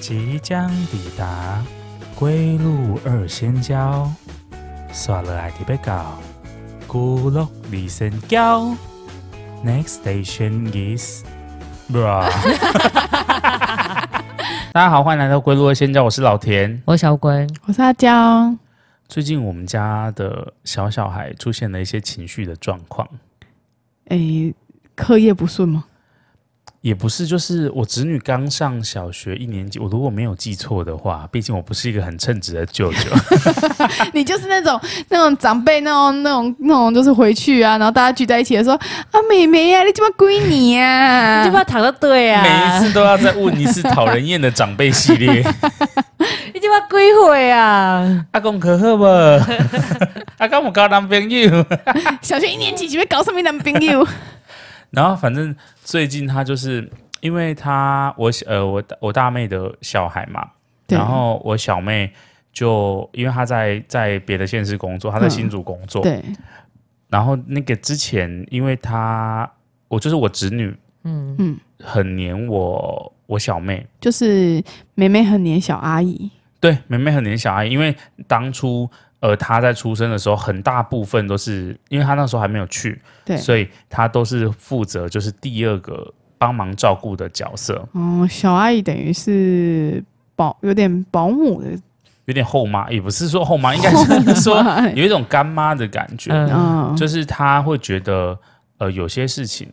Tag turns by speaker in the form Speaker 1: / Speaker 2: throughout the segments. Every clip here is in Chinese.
Speaker 1: 即将抵达归路二仙交，刷了爱迪贝高，孤落二仙交。Next station is bra 。大家好，欢迎来到归路二仙交，我是老田。
Speaker 2: 我小龟，
Speaker 3: 我是阿娇，
Speaker 1: 最近我们家的小小孩出现了一些情绪的状况，
Speaker 3: 诶、哎课业不顺吗？
Speaker 1: 也不是，就是我侄女刚上小学一年级，我如果没有记错的话，毕竟我不是一个很称职的舅舅，
Speaker 3: 你就是那种那种长辈那种那种那种，就是回去啊，然后大家聚在一起的时候，啊，妹妹呀、啊，你怎么归 你呀、
Speaker 2: 你
Speaker 3: 啊？
Speaker 2: 就怕躺到对啊，
Speaker 1: 每一次都要再问一次讨人厌的长辈系列。
Speaker 2: 你就怕归回啊，
Speaker 1: 阿公可好不？ 阿公我交男朋友。
Speaker 3: 小学一年级就会搞什么男朋 友？
Speaker 1: 然后反正最近他就是因为他我小呃我大我大妹的小孩嘛，
Speaker 3: 对
Speaker 1: 然后我小妹就因为她在在别的县市工作，她在新竹工作，
Speaker 3: 对，
Speaker 1: 然后那个之前因为她我就是我侄女
Speaker 2: 嗯，
Speaker 3: 嗯，
Speaker 1: 很黏我我小妹，
Speaker 3: 就是妹妹很黏小阿姨，
Speaker 1: 对妹妹很黏小阿姨，因为当初。呃，她在出生的时候，很大部分都是因为她那时候还没有去，
Speaker 3: 对，
Speaker 1: 所以他都是负责就是第二个帮忙照顾的角色，
Speaker 3: 哦，小阿姨等于是保有点保姆 的，
Speaker 1: 有点后妈，也不是说后妈，应该是 说有一种干妈的感觉，
Speaker 2: 嗯
Speaker 3: 啊嗯，
Speaker 1: 就是他会觉得呃有些事情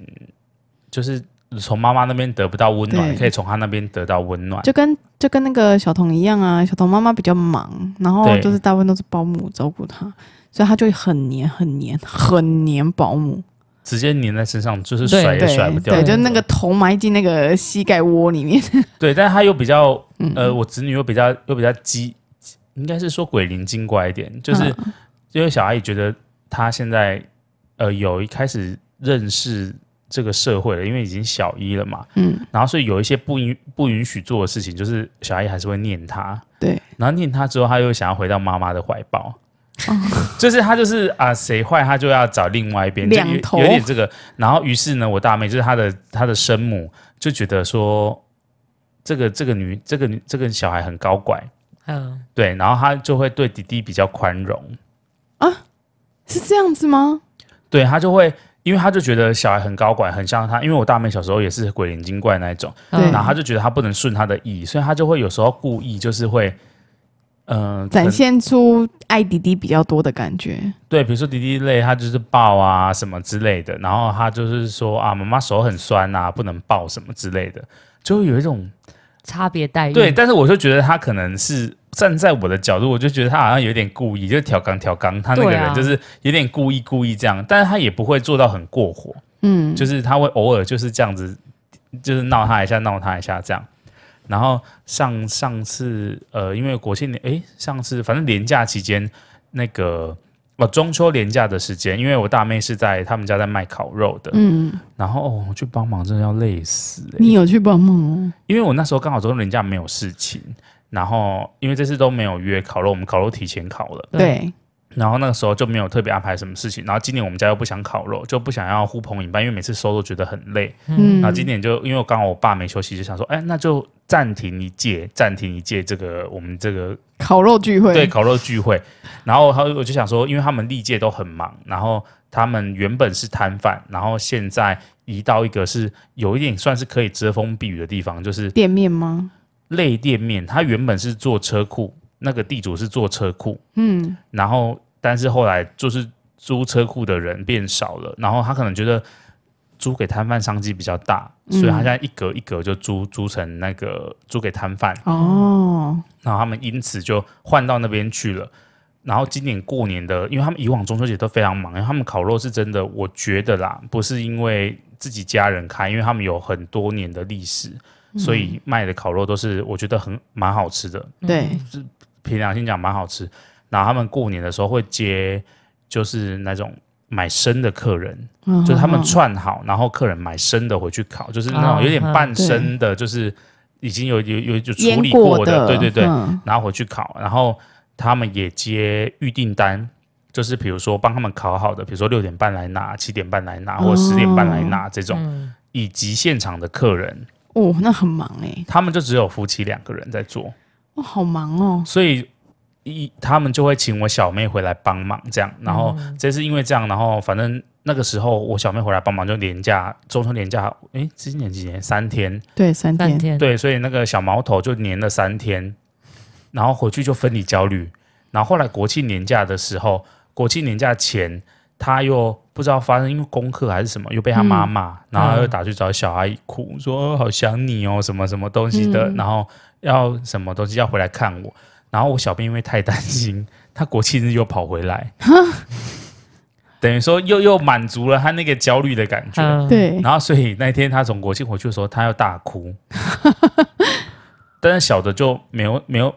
Speaker 1: 就是从妈妈那边得不到温暖，
Speaker 3: 对
Speaker 1: 可以从她那边得到温暖。
Speaker 3: 就跟就跟那个小童一样啊，小童妈妈比较忙，然后
Speaker 1: 对
Speaker 3: 就是大部分都是保姆照顾她，所以她就很黏、很黏、 很黏保姆，
Speaker 1: 直接粘在身上，就是
Speaker 2: 对
Speaker 1: 甩也
Speaker 3: 对
Speaker 1: 甩不掉
Speaker 3: 对，
Speaker 1: 的。
Speaker 3: 就那个头埋进那个膝盖窝 里面，
Speaker 1: 对，但是他又比较，
Speaker 3: 嗯
Speaker 1: 呃，我侄女又比较又比较机，应该是说鬼灵精怪一点，就是、
Speaker 3: 嗯
Speaker 1: 因为小阿姨觉得她现在呃有一开始认识这个社会了，因为已经小一了嘛，
Speaker 3: 嗯，
Speaker 1: 然后所以有一些不允不允许做的事情，就是小阿姨还是会念她，
Speaker 3: 对，
Speaker 1: 然后念她之后，她又想要回到妈妈的怀抱。
Speaker 3: 哦
Speaker 1: 就是她就是啊，谁坏她就要找另外一边，就有
Speaker 3: 两头
Speaker 1: 有点这个。然后于是呢，我大妹就是她的她的生母就觉得说，这个这个女这个女这个小孩很高拐，
Speaker 2: 嗯，
Speaker 1: 对，然后她就会对弟弟比较宽容，
Speaker 3: 是这样子吗？
Speaker 1: 对他就会，因为他就觉得小孩很高管，很像他。因为我大妹小时候也是鬼灵精怪那一种，
Speaker 3: 对
Speaker 2: 嗯
Speaker 1: 然后他就觉得他不能顺他的意，所以他就会有时候故意就是会，嗯、可
Speaker 3: 展
Speaker 1: 能
Speaker 3: 现出爱弟弟比较多的感觉，
Speaker 1: 对，比如说弟弟累，他就是抱啊什么之类的，然后他就是说啊，妈妈手很酸啊，不能抱什么之类的，就会有一种
Speaker 2: 差别待遇，
Speaker 1: 对，但是我就觉得他可能是站在我的角度，我就觉得他好像有点故意，就调岗调岗，他那个
Speaker 2: 对啊
Speaker 1: 人就是有点故意故意这样，但是他也不会做到很过火。
Speaker 3: 嗯，
Speaker 1: 就是他会偶尔就是这样子，就是闹他一下，闹他一下这样。然后上上次呃，因为国庆诶，上次反正连假期间那个哦中秋连假的时间，因为我大妹是在他们家在卖烤肉的，
Speaker 3: 嗯，
Speaker 1: 然后、哦、我去帮忙真的要累死、欸，
Speaker 3: 你有去帮忙哦，
Speaker 1: 因为我那时候刚好中秋连假没有事情，然后因为这次都没有约烤肉，我们烤肉提前烤了。
Speaker 2: 对
Speaker 3: 对，
Speaker 1: 然后那个时候就没有特别安排什么事情，然后今年我们家又不想烤肉，就不想要呼朋引伴，因为每次收都觉得很累，
Speaker 3: 嗯
Speaker 1: 然后今年就因为我刚好我爸没休息，就想说，哎，那就暂停一届，暂停一届这个我们这个
Speaker 3: 烤肉聚
Speaker 1: 对
Speaker 3: 会，
Speaker 1: 烤肉聚会。然后他我就想说，因为他们历届都很忙，然后他们原本是摊贩，然后现在移到一个是有一点算是可以遮风避雨的地方，就是
Speaker 3: 店面吗？
Speaker 1: 类店面。他原本是做车库，那个地主是做车库，
Speaker 3: 嗯，
Speaker 1: 然后但是后来就是租车库的人变少了，然后他可能觉得租给摊贩商机比较大，所以他现在一格一格就租租成那个租给摊贩，
Speaker 3: 哦，
Speaker 1: 然后他们因此就换到那边去了。然后今年过年的，因为他们以往中秋节都非常忙，因为他们烤肉是真的，我觉得啦，不是因为自己家人开，因为他们有很多年的历史，所以卖的烤肉都是我觉得很蛮好吃的，
Speaker 3: 对，
Speaker 1: 凭良心讲蛮好吃。然后他们过年的时候会接，就是那种买生的客人，
Speaker 3: 嗯
Speaker 1: 就是他们
Speaker 3: 嗯嗯
Speaker 1: 串好，然后客人买生的回去烤，就是那种有点
Speaker 2: 啊
Speaker 1: 半生的，就是已经有有有就处
Speaker 3: 腌
Speaker 1: 理过
Speaker 3: 的，
Speaker 1: 对对对，
Speaker 3: 嗯
Speaker 1: 然后回去烤。然后他们也接预订单，就是比如说帮他们烤好的，比如说六点
Speaker 3: 哦
Speaker 1: 半来拿，七点半来拿，或者十点半来拿这种，
Speaker 2: 嗯，
Speaker 1: 以及现场的客人。
Speaker 3: 哦，那很忙哎、欸，
Speaker 1: 他们就只有夫妻两个人在做，
Speaker 3: 哇、好忙哦。
Speaker 1: 所以一他们就会请我小妹回来帮忙，这样。然后这是因为这样，然后反正那个时候我小妹回来帮忙，就连假中秋连假，诶，今年几年三天，
Speaker 3: 对，三天
Speaker 2: 半天，
Speaker 1: 对，所以那个小毛头就连了三天，然后回去就分离焦虑。然后后来国庆年假的时候，国庆年假前他又不知道发生因为功课还是什么，又被他
Speaker 2: 嗯
Speaker 1: 妈骂，然后又打去找小阿姨哭，说哦好想你哦，什么什么东西的，
Speaker 3: 嗯
Speaker 1: 然后要什么东西要回来看我。然后我小编因为太担心，他国庆日又跑回来，等于说又又满足了他那个焦虑的感觉。
Speaker 2: 嗯，
Speaker 3: 对，
Speaker 1: 然后所以那天他从国庆回去的时候，他要大哭， 但是小的就没有没有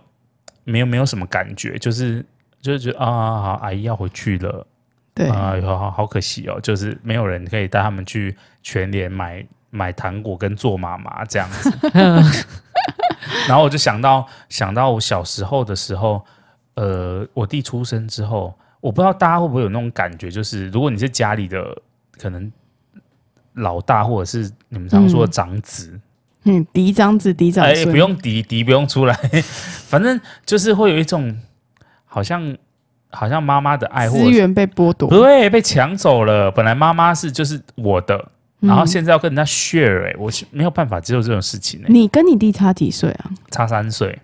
Speaker 1: 没有没有什么感觉，就是就是觉得啊，好阿姨要回去了，
Speaker 3: 对，
Speaker 1: 啊、好好好可惜哦，就是没有人可以带他们去全联买买糖果跟做妈妈这样子。 然后我就想到想到我小时候的时候，呃，我弟出生之后，我不知道大家会不会有那种感觉，就是如果你是家里的可能老大，或者是你们常说的长子，
Speaker 3: 嗯，嫡长子、嫡长
Speaker 1: 哎、
Speaker 3: 孙，
Speaker 1: 不用敌敌不用出来，反正就是会有一种好像好像妈妈的爱或者
Speaker 3: 资源被剥夺，
Speaker 1: 对，被抢走了。本来妈妈是就是我的，
Speaker 3: 嗯
Speaker 1: 然后现在要跟人家 share，、欸、我是没有办法接受这种事情、欸。
Speaker 3: 你跟你弟差几岁啊？
Speaker 1: 差三岁，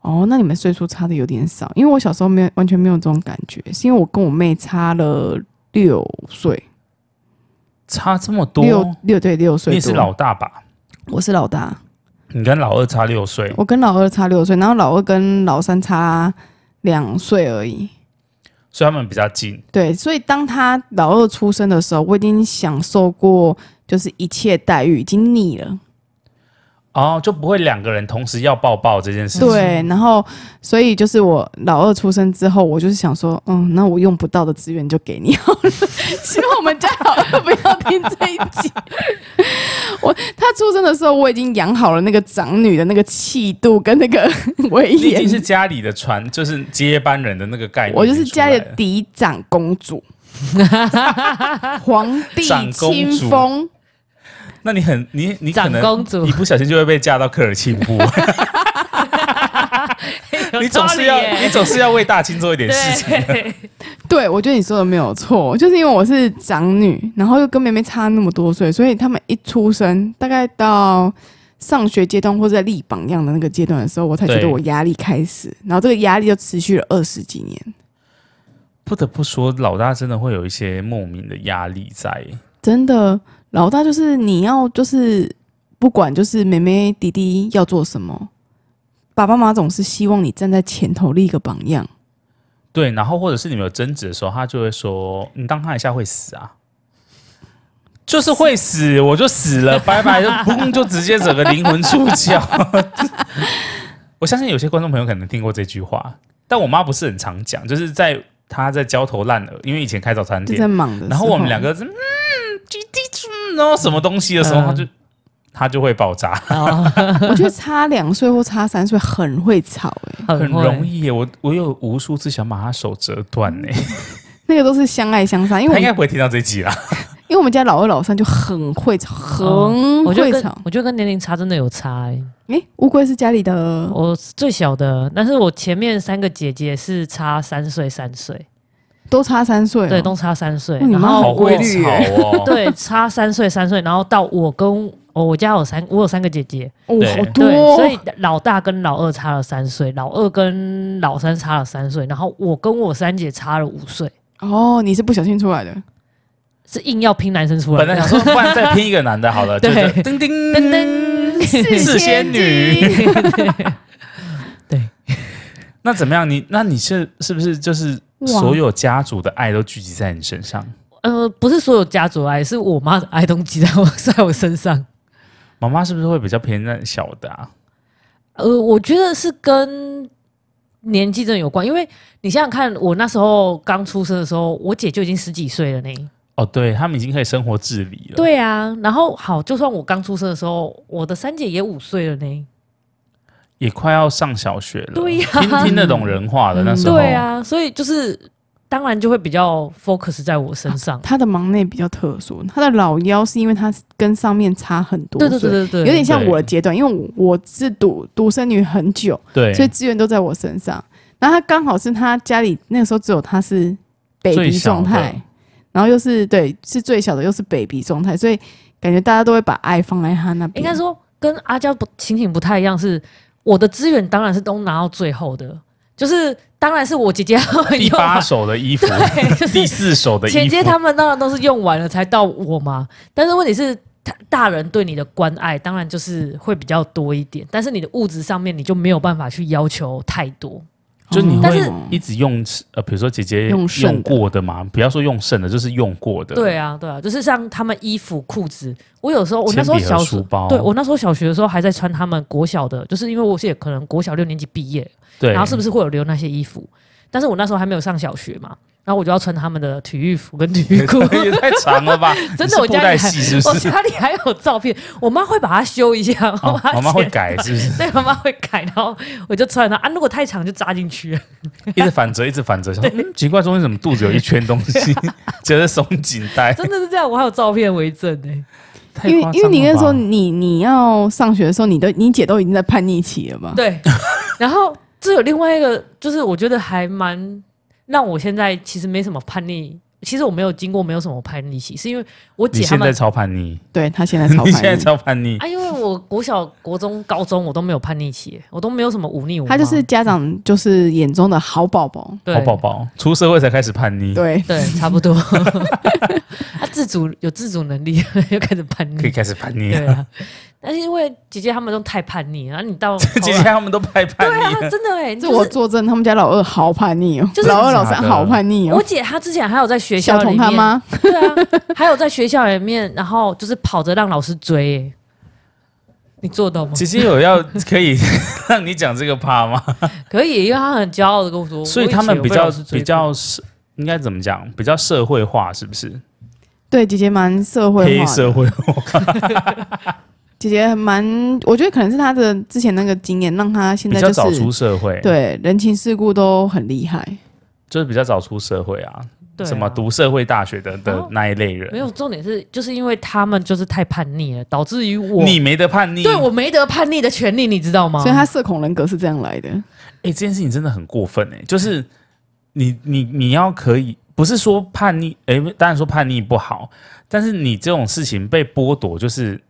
Speaker 3: 哦，那你们岁数差的有点少，因为我小时候没有完全没有这种感觉，是因为我跟我妹差了六岁，
Speaker 1: 差这么多，
Speaker 3: 六六对六岁
Speaker 1: 你
Speaker 3: 多，
Speaker 1: 也是老大吧？
Speaker 3: 我是老大，
Speaker 1: 你跟老二差六岁，
Speaker 3: 我跟老二差六岁，然后老二跟老三差两岁而已。
Speaker 1: 所以他们比较近。
Speaker 3: 对，所以当他老二出生的时候，我已经享受过就是一切待遇，已经腻了。
Speaker 1: 哦，就不会两个人同时要抱抱这件事情。
Speaker 3: 对，然后所以就是我老二出生之后，我就是想说，嗯，那我用不到的资源就给你好了。 希望我们家老二不要听这一 集。我他出生的时候，我已经养好了那个长女的那个气度跟那个 威
Speaker 1: 你已经是
Speaker 3: 严，
Speaker 1: 家里的传，就是接班人的那个概念。
Speaker 3: 我就是家里
Speaker 1: 的
Speaker 3: 的嫡长公主， 皇帝
Speaker 1: 长公
Speaker 3: 清
Speaker 1: 主
Speaker 3: 风。
Speaker 1: 那你很你你可
Speaker 2: 长
Speaker 1: 能
Speaker 2: 公主
Speaker 1: 一不小心就会被嫁到科尔沁 部。你总是要你总是要为大清做一点事情。
Speaker 2: 对，
Speaker 3: 对，我觉得你说的没有错，就是因为我是长女，然后又跟妹妹差那么多岁，所以他们一出生，大概到上学阶段或者在立榜样的那个阶段的时候，我才觉得
Speaker 1: 对
Speaker 3: 我压力开始，然后这个压力就持续了二十几年，
Speaker 1: 不得不说，老大真的会有一些莫名的压力在。
Speaker 3: 真的，老大就是你要就是不管就是妹妹弟弟要做什么，爸爸妈妈总是希望你站在前头立一个榜样，
Speaker 1: 对，然后或者是你们有争执的时候，他就会说：“你当他一下会死啊。”就是会死，我就死了，拜拜，就嘣，就直接整个灵魂出窍。 我相信有些观众朋友可能听过这句话，但我妈不是很常讲，就是在她在焦头烂额，因为以前开早餐
Speaker 3: 就
Speaker 1: 店
Speaker 3: 在，忙的时候。
Speaker 1: 然后我们两个是嗯，叽叽嗯然后什么东西的时候，
Speaker 2: 嗯
Speaker 1: 她就她就会爆炸。
Speaker 2: 哦，
Speaker 3: 我觉得差两岁或差三岁很会吵、欸，
Speaker 1: 很
Speaker 2: 很会
Speaker 1: 容，易耶，我我有无数次想把他手折断呢。
Speaker 3: 那个都是相爱相杀，因为我
Speaker 1: 他
Speaker 3: 们
Speaker 1: 应该不会听到这一集啦。
Speaker 3: 因为我们家老二老三就很会吵，很
Speaker 2: 哦我觉
Speaker 3: 会
Speaker 2: 得跟
Speaker 3: 吵。
Speaker 2: 我觉得跟年龄差真的有差欸。
Speaker 3: 诶，乌龟是家里的，
Speaker 2: 我是最小的，但是我前面三个姐姐是差三岁，三岁，
Speaker 3: 都差三岁哦、
Speaker 2: 对，都差三岁。
Speaker 3: 那你
Speaker 2: 然
Speaker 3: 妈
Speaker 2: 后
Speaker 1: 好
Speaker 3: 好
Speaker 1: 会
Speaker 3: 规
Speaker 1: 吵
Speaker 3: 律耶
Speaker 1: 哦。
Speaker 2: 对，差三岁，三岁，然后到我跟我我家有三，我有三个姐姐，
Speaker 3: 哦，
Speaker 1: 对
Speaker 3: 好多
Speaker 2: 对，
Speaker 3: 哦、
Speaker 2: 所以老大跟老二差了三岁，老二跟老三差了三岁，然后我跟我三姐差了五岁，
Speaker 3: 哦，你是不小心出来的，
Speaker 2: 是硬要拼男生出来
Speaker 1: 本来
Speaker 2: 的。
Speaker 1: 想说，不然再拼一个男的 好了，就
Speaker 2: 对
Speaker 1: 是叮叮
Speaker 2: 噔噔，
Speaker 1: 四仙女。
Speaker 2: 对，
Speaker 1: 那怎么样？你那你是是不是就是所有家族的爱都聚集在你身上？
Speaker 2: 呃，不是所有家族爱，是我妈的爱都挤在我在我身上。
Speaker 1: 妈妈是不是会比较偏那小的啊？
Speaker 2: 呃，我觉得是跟年纪真的有关，因为你想想看，我那时候刚出生的时候，我姐就已经十几岁了呢。
Speaker 1: 哦，对他们已经可以生活自理了。，
Speaker 2: 对啊，然后好，就算我刚出生的时候，我的三姐也五岁了呢。
Speaker 1: 也快要上小学了。
Speaker 2: 对呀嗯
Speaker 1: 听听得懂人话了。那时候，
Speaker 2: 对，啊，所以就是当然就会比较 focus 在我身 上。
Speaker 3: 他的忙内比较特殊，他的老腰是因为他跟上面差很多
Speaker 2: 对
Speaker 3: 岁，
Speaker 2: 对对对对，
Speaker 3: 有点像我的阶段，因为我我是独独生女很久，
Speaker 1: 对，
Speaker 3: 所以资源都在我身上。然后他刚好是他家里那个时候只有他是
Speaker 1: 最
Speaker 3: baby
Speaker 1: 小的
Speaker 3: 状态，然后又是对是最小的，又是 baby 状态，所以感觉大家都会把爱放在他那边。
Speaker 2: 应该说跟阿娇不情形不太一样是，我的资源当然是都拿到最后的，就是当然是我姐姐她们
Speaker 1: 第
Speaker 2: 用
Speaker 1: 八
Speaker 2: 完，
Speaker 1: 手的衣服，
Speaker 2: 对，就
Speaker 1: 第
Speaker 2: 是
Speaker 1: 四手的衣服，
Speaker 2: 前姐她们当然都是用完了才到我嘛。但是问题是，她大人对你的关爱当然就是会比较多一点，但是你的物质上面你就没有办法去要求太多。
Speaker 1: 就你
Speaker 2: 但
Speaker 1: 会
Speaker 2: 是
Speaker 1: 一直用呃，比如说姐姐
Speaker 3: 用剩的
Speaker 1: 过的嘛，不要说用剩的，就是用过的。
Speaker 2: 对啊，对啊，就是像他们衣服、裤子，我有时候我那
Speaker 1: 铅
Speaker 2: 时候
Speaker 1: 笔和
Speaker 2: 小时
Speaker 1: 书包，
Speaker 2: 对我那时候小学的时候还在穿他们国小的，就是因为我是也可能国小六年级毕业，
Speaker 1: 对，
Speaker 2: 然后是不是会有留那些衣服？但是我那时候还没有上小学嘛，然后我就要穿他们的体育服跟体 育裤。
Speaker 1: 也太长了吧？ 你
Speaker 2: 真的
Speaker 1: 是
Speaker 2: 我
Speaker 1: 布
Speaker 2: 家里
Speaker 1: 袋
Speaker 2: 还
Speaker 1: 戏是
Speaker 2: 我
Speaker 1: 不是？
Speaker 2: 家里还有照片，我妈会 把它修一下，我
Speaker 1: 哦
Speaker 2: 把它
Speaker 1: 妈妈会
Speaker 2: 剪
Speaker 1: 改是不是？
Speaker 2: 对，我妈会改，然后我就穿它啊。如果太长就扎进去了，
Speaker 1: 一直反折，一直反折，想说嗯奇怪，中间怎么肚子有一圈东 西？觉得松紧带，
Speaker 2: 真的是这样，我还有照片为证欸呢、
Speaker 1: 太
Speaker 3: 因为
Speaker 1: 夸张
Speaker 3: 因为你那
Speaker 1: 了
Speaker 3: 时候
Speaker 1: 吧
Speaker 3: 你你要上学的时候，你都你姐都已经在叛逆期了吧？
Speaker 2: 对，然后这有另外一个，就是我觉得还蛮让我现在其实没什么叛逆，其实我没有经过没有什么叛逆期，是因为我
Speaker 1: 你
Speaker 2: 姐她
Speaker 1: 现
Speaker 2: 们
Speaker 1: 在超叛逆，
Speaker 3: 对他现在超
Speaker 1: 你现在
Speaker 3: 叛逆，
Speaker 1: 超叛逆，
Speaker 2: 啊，因为我国小、国中、高中我都没有叛逆期，我都没有什么忤逆我妈。
Speaker 3: 他就是家长就是眼中的好宝宝。
Speaker 2: 对
Speaker 1: 好宝宝，出社会才开始叛逆，
Speaker 3: 对，
Speaker 2: 对，差不多。他、自主有自主能力， 又开始叛
Speaker 1: 可以
Speaker 2: 逆。
Speaker 1: 开始叛逆
Speaker 2: 对
Speaker 1: 了。
Speaker 2: 啊，但是因为姐姐她们都太叛逆，然后你到
Speaker 1: 姐姐他们都拍叛
Speaker 2: 对
Speaker 1: 逆
Speaker 2: 啊，
Speaker 1: 了，
Speaker 2: 真的哎、欸，
Speaker 3: 这
Speaker 2: 就
Speaker 3: 我
Speaker 2: 是
Speaker 3: 作证，他们家老二好叛逆哦，
Speaker 2: 就是
Speaker 3: 老二老三
Speaker 1: 假的
Speaker 3: 好叛逆
Speaker 2: 我
Speaker 3: 哦。
Speaker 2: 姐她之前还有在学校里
Speaker 3: 小童
Speaker 2: 面，
Speaker 3: 他妈，
Speaker 2: 对啊，还有在学校里面，然后就是跑着让老师追、欸，你做到吗？
Speaker 1: 姐姐有要可以让你讲这个趴吗？
Speaker 2: 可以，因为她很骄傲的跟我说，
Speaker 1: 所以
Speaker 2: 我
Speaker 1: 他
Speaker 2: 前
Speaker 1: 们
Speaker 2: 有
Speaker 1: 比
Speaker 2: 被老
Speaker 1: 较
Speaker 2: 师
Speaker 1: 比
Speaker 2: 追过
Speaker 1: 较社，应该怎么讲？比较社会化，是不是？
Speaker 3: 对姐姐蛮社会
Speaker 1: 黑
Speaker 3: 化的，
Speaker 1: 社会化，
Speaker 3: 姐姐蛮，我觉得可能是她的之前那个经验，让她现
Speaker 1: 比
Speaker 3: 在
Speaker 1: 较
Speaker 3: 就
Speaker 1: 早
Speaker 3: 是
Speaker 1: 出社会，，
Speaker 3: 对人情世故都很厉害。
Speaker 1: 就是比较早出社会啊，
Speaker 2: 对啊
Speaker 1: 什么读社会大学的
Speaker 2: 然
Speaker 1: 的
Speaker 2: 后
Speaker 1: 那一类
Speaker 2: 没
Speaker 1: 人，
Speaker 2: 有，重点是就是因为他们就是太叛逆了，导致于我
Speaker 1: 你没得叛逆。
Speaker 2: 对我没得叛逆的权利，你知
Speaker 1: 啊
Speaker 2: 道吗？
Speaker 3: 所以她社恐人格是这样来的。
Speaker 1: 哎、这件事情真的很过分哎、就是你你你要可以，不是说叛逆，哎、当然说叛逆不好，但是你这种事情被剥夺，就是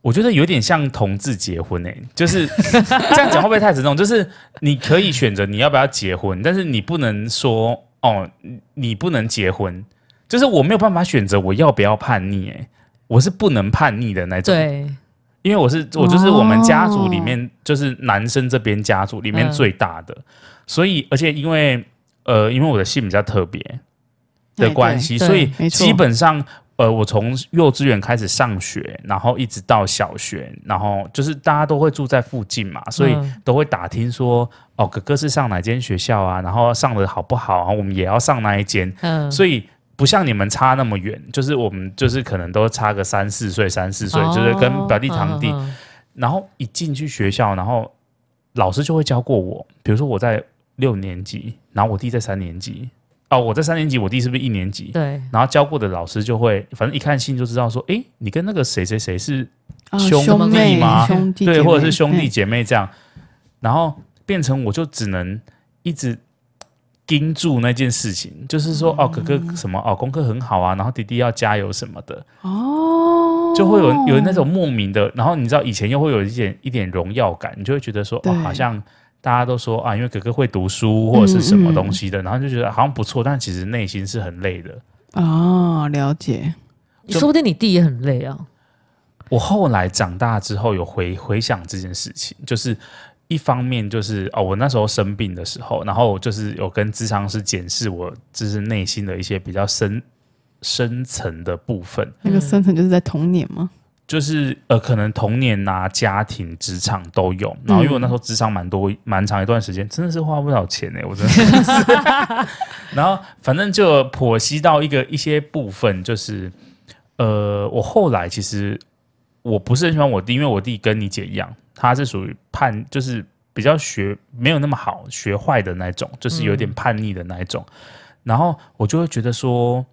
Speaker 1: 我觉得有点像同志结婚哎、就是这样讲会不会太沉重？就是你可以选择你要不要结婚，但是你不能说哦，你你不能结婚，就是我没有办法选择我要不要叛逆哎、我是不能叛逆的那种，
Speaker 2: 对，
Speaker 1: 因为我是我就是我们家族里面、
Speaker 3: 哦
Speaker 1: 就是男生这边家族里面
Speaker 2: 嗯
Speaker 1: 最大的，所以而且因为呃因为我的姓比较特别
Speaker 3: 哎
Speaker 1: 的
Speaker 3: 对
Speaker 1: 关系，
Speaker 2: 对
Speaker 1: 所以
Speaker 3: 没错
Speaker 1: 基本上呃我从幼稚园开始上学，然后一直到小学，然后就是大家都会住在附近嘛，所以
Speaker 2: 嗯
Speaker 1: 都会打听说哦哥哥是上哪间学校啊，然后上的好不好啊，我们也要上那一间，
Speaker 2: 嗯，
Speaker 1: 所以不像你们差那么远，就是我们就是可能都差个三四岁、三四岁，就是跟表弟堂弟。
Speaker 2: 嗯嗯嗯
Speaker 1: 然后一进去学校，然后老师就会教过我，比如说我在六年级，然后我弟在三年级，哦，我在三年级，我弟是不是一年级？
Speaker 2: 对，
Speaker 1: 然后教过的老师就会，反正一看信就知道说，诶，你跟那个谁谁谁是
Speaker 3: 啊
Speaker 1: 兄
Speaker 3: 兄
Speaker 1: 弟
Speaker 3: 妹
Speaker 1: 吗
Speaker 3: 兄弟
Speaker 1: 对，
Speaker 3: 姐
Speaker 1: 或者
Speaker 3: 妹
Speaker 1: 是兄弟
Speaker 3: 嗯
Speaker 1: 姐妹这样，然后变成我就只能一直盯住那件事情，就是说哦，哥哥什么哦，功课很好啊，然后弟弟要加油什么的，
Speaker 3: 哦，
Speaker 1: 就会有有那种莫名的，然后你知道以前又会有一点一点荣耀感，你就会觉得说哦，
Speaker 3: 对
Speaker 1: 好像。大家都说啊，因为哥哥会读书或者是什么
Speaker 3: 嗯嗯
Speaker 1: 东西的，然后就觉得好像不错，但其实内心是很累的。
Speaker 3: 哦，了解。
Speaker 2: 你说不定你弟也很累啊。
Speaker 1: 我后来长大之后有回回想这件事情，就是一方面就是哦，我那时候生病的时候，然后就是有跟咨商师检视我就是内心的一些比较深深层的部分，
Speaker 3: 那个深层就是在童年吗？
Speaker 1: 就是呃，可能童年啊、家庭、职场都有。然后因为我那时候职场蛮多、蛮长一段时间，真的是花不少钱哎、我真的是。 然后反正就剖析到一个一些部分，就是呃，我后来其实我不是很喜欢我弟，因为我弟跟你姐一样，他是属于叛，就是比较学没有那么好学坏的那种，就是有点叛逆的那一种。然后我就会觉得说，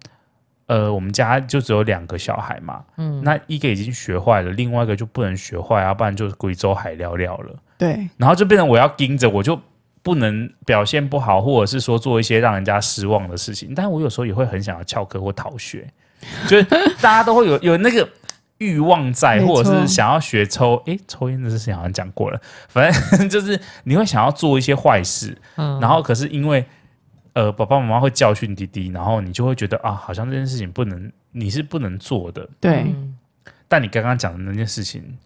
Speaker 1: 呃，我们家就只有两个小孩嘛，嗯，那一个已经学坏了，另外一个就不能学坏啊，不然就贵州海聊聊了。
Speaker 3: 对，
Speaker 1: 然后就变成我要盯着，我就不能表现不好，或者是说做一些让人家失望的事情。但我有时候也会很想要翘课或逃学， 就是大家都会有有那个欲望在，
Speaker 3: 没错
Speaker 1: 或者是想要学抽，诶，抽烟的事情好像讲过了，反正就是你会想要做一些坏事，
Speaker 2: 嗯
Speaker 1: 然后可是因为呃爸爸妈妈会教训弟弟，然后你就会觉得啊，好像这件事情不能，你是不能做的，
Speaker 3: 对，
Speaker 2: 嗯
Speaker 1: 但你刚刚讲的那件事情，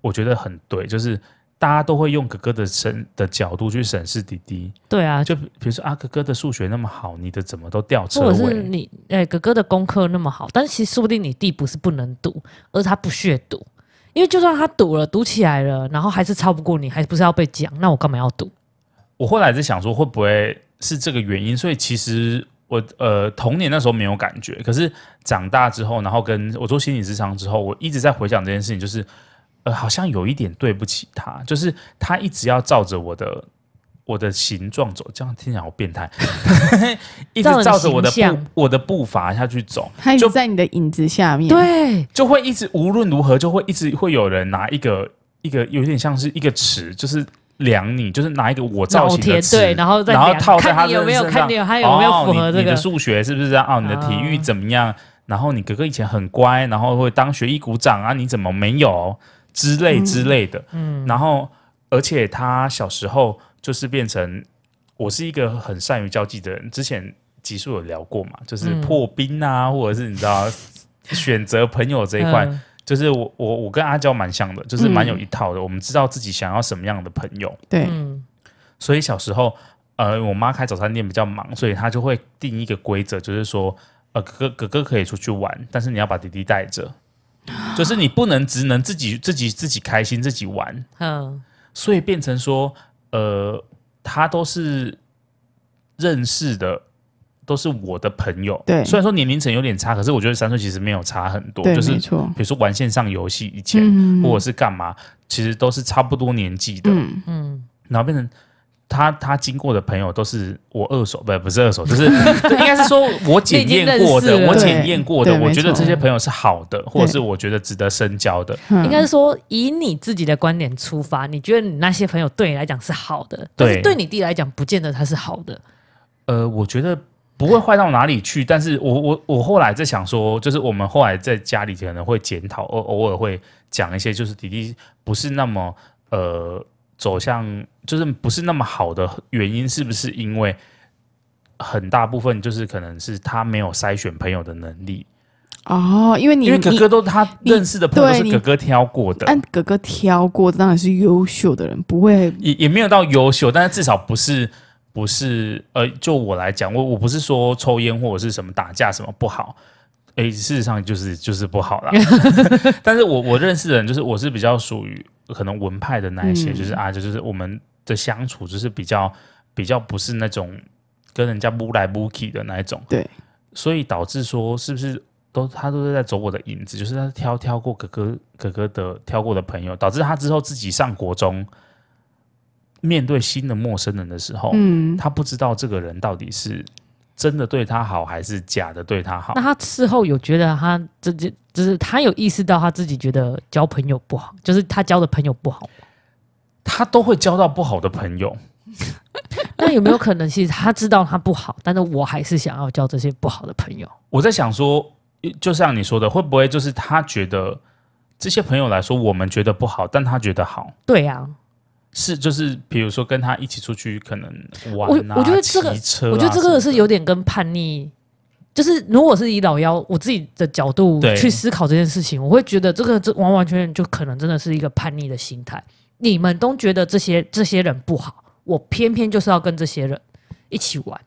Speaker 1: 我觉得很对，就是大家都会用哥哥的审的角度去审视弟弟，
Speaker 2: 对啊，
Speaker 1: 就比如说啊，哥哥的数学那么好，你的怎么都掉车
Speaker 2: 或者是
Speaker 1: 尾？
Speaker 2: 你哎、哥哥的功课那么好，但是其实说不定你弟不是不能读，而是他不屑读。因为就算他读了，读起来了，然后还是超不过你，还不是要被讲？那我干嘛要读？
Speaker 1: 我后来在想说，会不会是这个原因？所以其实我呃童年那时候没有感觉，可是长大之后，然后跟我做心理智商之后，我一直在回想这件事情，就是呃好像有一点对不起他，就是他一直要照着我的。我的形状走，这样听起来好变态， 一直
Speaker 2: 照着你
Speaker 1: 照着我的
Speaker 2: 形
Speaker 1: 步
Speaker 2: 象
Speaker 1: 我的步伐下去走，
Speaker 3: 他一直
Speaker 1: 就
Speaker 3: 在你的影子下面。，
Speaker 2: 对，
Speaker 1: 就会一直无论如何就会一直会有人拿一个一个有点像是一个尺，就是量你，就是拿一个我造
Speaker 2: 脑
Speaker 1: 型
Speaker 2: 田
Speaker 1: 的尺，
Speaker 2: 对，然后再
Speaker 1: 然后
Speaker 2: 量
Speaker 1: 套在他的
Speaker 2: 看你有没有
Speaker 1: 身
Speaker 2: 看
Speaker 1: 上
Speaker 2: 你有他有没有符
Speaker 1: 哦
Speaker 2: 合
Speaker 1: 你
Speaker 2: 这
Speaker 1: 你
Speaker 2: 个
Speaker 1: 的？数学是不是啊？哦，你的体育怎么样？然后你哥哥以前很乖，然后会当学艺鼓掌啊，你怎么没有之类之类的。嗯，然后而且他小时候就是变成我是一个很善于交际的人，之前集数有聊过嘛，就是
Speaker 2: 嗯
Speaker 1: 破冰啊，或者是你知道选择朋友这一块，
Speaker 2: 嗯
Speaker 1: 就是我我我跟阿娇蛮像的，就是蛮有
Speaker 3: 嗯
Speaker 1: 一套的。我们知道自己想要什么样的朋友，
Speaker 3: 对，
Speaker 2: 嗯，
Speaker 1: 所以小时候，呃，我妈开早餐店比较忙，所以她就会定一个规则，就是说，呃，哥哥哥哥可以出去玩，但是你要把弟弟带着，就是你不能只能自己自己自己开心自己玩，
Speaker 2: 嗯，
Speaker 1: 所以变成说，呃，他都是认识的，都是我的朋友。
Speaker 3: 对
Speaker 1: 虽然说年龄层有点差，可是我觉得三岁其实没有差很多，
Speaker 3: 对，
Speaker 1: 就是
Speaker 3: 没
Speaker 1: 比
Speaker 3: 错。
Speaker 1: 如说玩线上游戏以前，
Speaker 3: 嗯
Speaker 1: 或者是干嘛，其实都是差不多年纪的。
Speaker 3: 嗯，
Speaker 1: 然后变成他他经过的朋友都是我二手，不不是二手， 就是应该是说我检验过
Speaker 2: 你已经认识
Speaker 1: 的，
Speaker 2: 了
Speaker 1: 我检验过的
Speaker 3: 对，对
Speaker 1: 我觉得
Speaker 3: 没错
Speaker 1: 这些朋友是好的，或者是我觉得值得深交的。
Speaker 2: 应
Speaker 3: 应
Speaker 2: 该是说以你自己的观点出发，你觉得你那些朋友对你来讲是好的，但是
Speaker 1: 对
Speaker 2: 对你弟来讲，不见得他是好的。
Speaker 1: 呃，我觉得不会坏到哪里去，但是我我我后来在想说，就是我们后来在家里可能会检讨，偶偶尔会讲一些，就是弟弟不是那么呃走向，就是不是那么好的原因，是不是因为很大部分就是可能是他没有筛选朋友的能力，
Speaker 3: 哦，因为你
Speaker 1: 因为哥
Speaker 3: 你
Speaker 1: 哥都他
Speaker 3: 你
Speaker 1: 认识的朋友
Speaker 3: 对
Speaker 1: 都
Speaker 3: 你哎
Speaker 1: 是哥哥挑过的，
Speaker 3: 按哥哥挑过，当然是优秀的人，不会
Speaker 1: 也也没有到优秀，但是至少不是不是呃，就我来讲，我我不是说抽烟或者是什么打架什么不好，诶、事实上就是就是不好啦。但是我我认识的人，就是我是比较属于可能文派的那一些，
Speaker 3: 嗯
Speaker 1: 就是啊，就是我们的相处就是比较比较不是那种跟人家不来不去的那一种，
Speaker 3: 对，
Speaker 1: 所以导致说是不是？都他都是在走我的影子，就是他挑挑过哥哥哥哥的挑过的朋友，导致他之后自己上国中，面对新的陌生人的时候，
Speaker 3: 嗯，
Speaker 1: 他不知道这个人到底是真的对他好，还是假的对他好
Speaker 2: 那。他事后有觉得他自己，就是他有意识到他自己觉得交朋友不好，就是他交的朋友不好。
Speaker 1: 他都会交到不好的朋友，
Speaker 2: 那有没有可能，其实他知道他不好，但是我还是想要交这些不好的朋友？
Speaker 1: 我在想说，就像你说的，会不会就是他觉得这些朋友来说，我们觉得不好，但他觉得好。
Speaker 2: 对啊，
Speaker 1: 是，就是比如说跟他一起出去，可能玩啊，
Speaker 2: 我我觉得这个
Speaker 1: 骑车啊
Speaker 2: 我觉得这
Speaker 1: 什
Speaker 2: 个
Speaker 1: 么
Speaker 2: 是有点跟叛逆，就是如果是以老幺我自己的角度
Speaker 1: 对
Speaker 2: 去思考这件事情，我会觉得这个这完完全全就可能真的是一个叛逆的心态。你们都觉得这些这些人不好，我偏偏就是要跟这些人一起玩。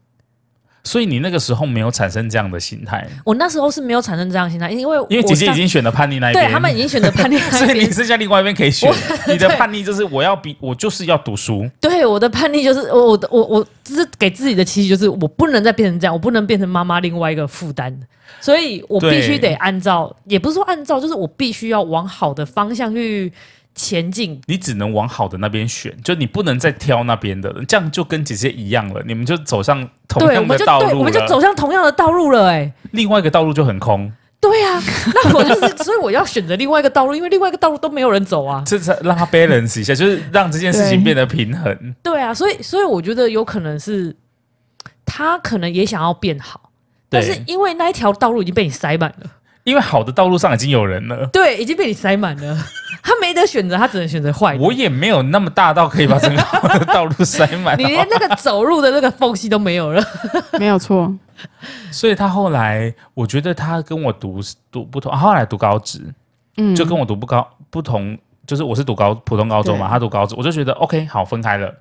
Speaker 1: 所以你那个时候没有产生这样的心态，
Speaker 2: 我那时候是没有产生这样的心态，因为
Speaker 1: 因为姐姐已
Speaker 2: 我上
Speaker 1: 经选了叛逆那一边，
Speaker 2: 对 他们已经选择叛逆
Speaker 1: 所
Speaker 2: 那
Speaker 1: 以
Speaker 2: 边
Speaker 1: 你，剩下另外一边可以 选。你的
Speaker 2: 对
Speaker 1: 叛逆就是我要比我就是要读书，
Speaker 2: 对我的叛逆就是我我的我我就是给自己的期许就是我不能再变成这样，我不能变成妈妈另外一个负担，所以我必须
Speaker 1: 对
Speaker 2: 得按照，也不是说按照，就是我必须要往好的方向去前进。
Speaker 1: 你只能往好的那边选，就你不能再挑那边的了，这样就跟姐姐一样了，你们就走上同
Speaker 2: 对，我
Speaker 1: 样的
Speaker 2: 们就
Speaker 1: 道
Speaker 2: 对，
Speaker 1: 路
Speaker 2: 我们就走
Speaker 1: 了。
Speaker 2: 向同样的道路了、哎，
Speaker 1: 另外一个道路就很空，
Speaker 2: 对 啊，那我就是，所以我要选择另外一个道路，因为另外一个道路都没有人走啊。
Speaker 1: 这才让它 balance 一下，就是让这件事情
Speaker 3: 对
Speaker 1: 变得平衡。
Speaker 2: 对啊，所以所以我觉得有可能是他可能也想要变好，但是
Speaker 1: 对，
Speaker 2: 因为那一条道路已经被你塞满了，
Speaker 1: 因为好的道路上已经有人了。
Speaker 2: 对，已经被你塞满 了，他没得选择，他只能选择坏的。
Speaker 1: 我也没有那么大到可以把整个好的道路塞满
Speaker 2: 你，连那个走路的那个缝隙都没 有了，
Speaker 3: 没有错。
Speaker 1: 所以他后来，我觉得他跟我读读不同，后来读高职，
Speaker 3: 嗯，
Speaker 1: 就跟我读不高不同，就是我是读高普通高中嘛，
Speaker 3: 对
Speaker 1: 他读高职，我就觉得 OK，好分开了。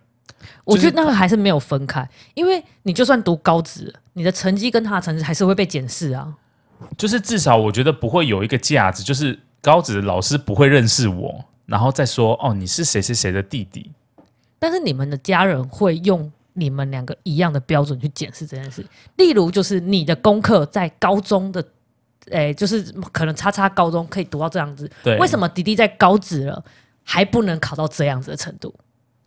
Speaker 2: 我觉得那个还是没有分开，因为你就算读高职，你的成绩跟他的成绩还是会被检视啊。
Speaker 1: 就是至少我觉得不会有一个架子，就是高职的老师不会认识我，然后再说哦，你是谁谁谁的弟弟。
Speaker 2: 但是你们的家人会用你们两个一样的标准去检视这件事，例如就是你的功课在高中的，诶、就是可能叉叉高中可以读到这样子，
Speaker 1: 对，
Speaker 2: 为什
Speaker 1: 么
Speaker 2: 么迪迪在高职了还不能考到这样子的程度？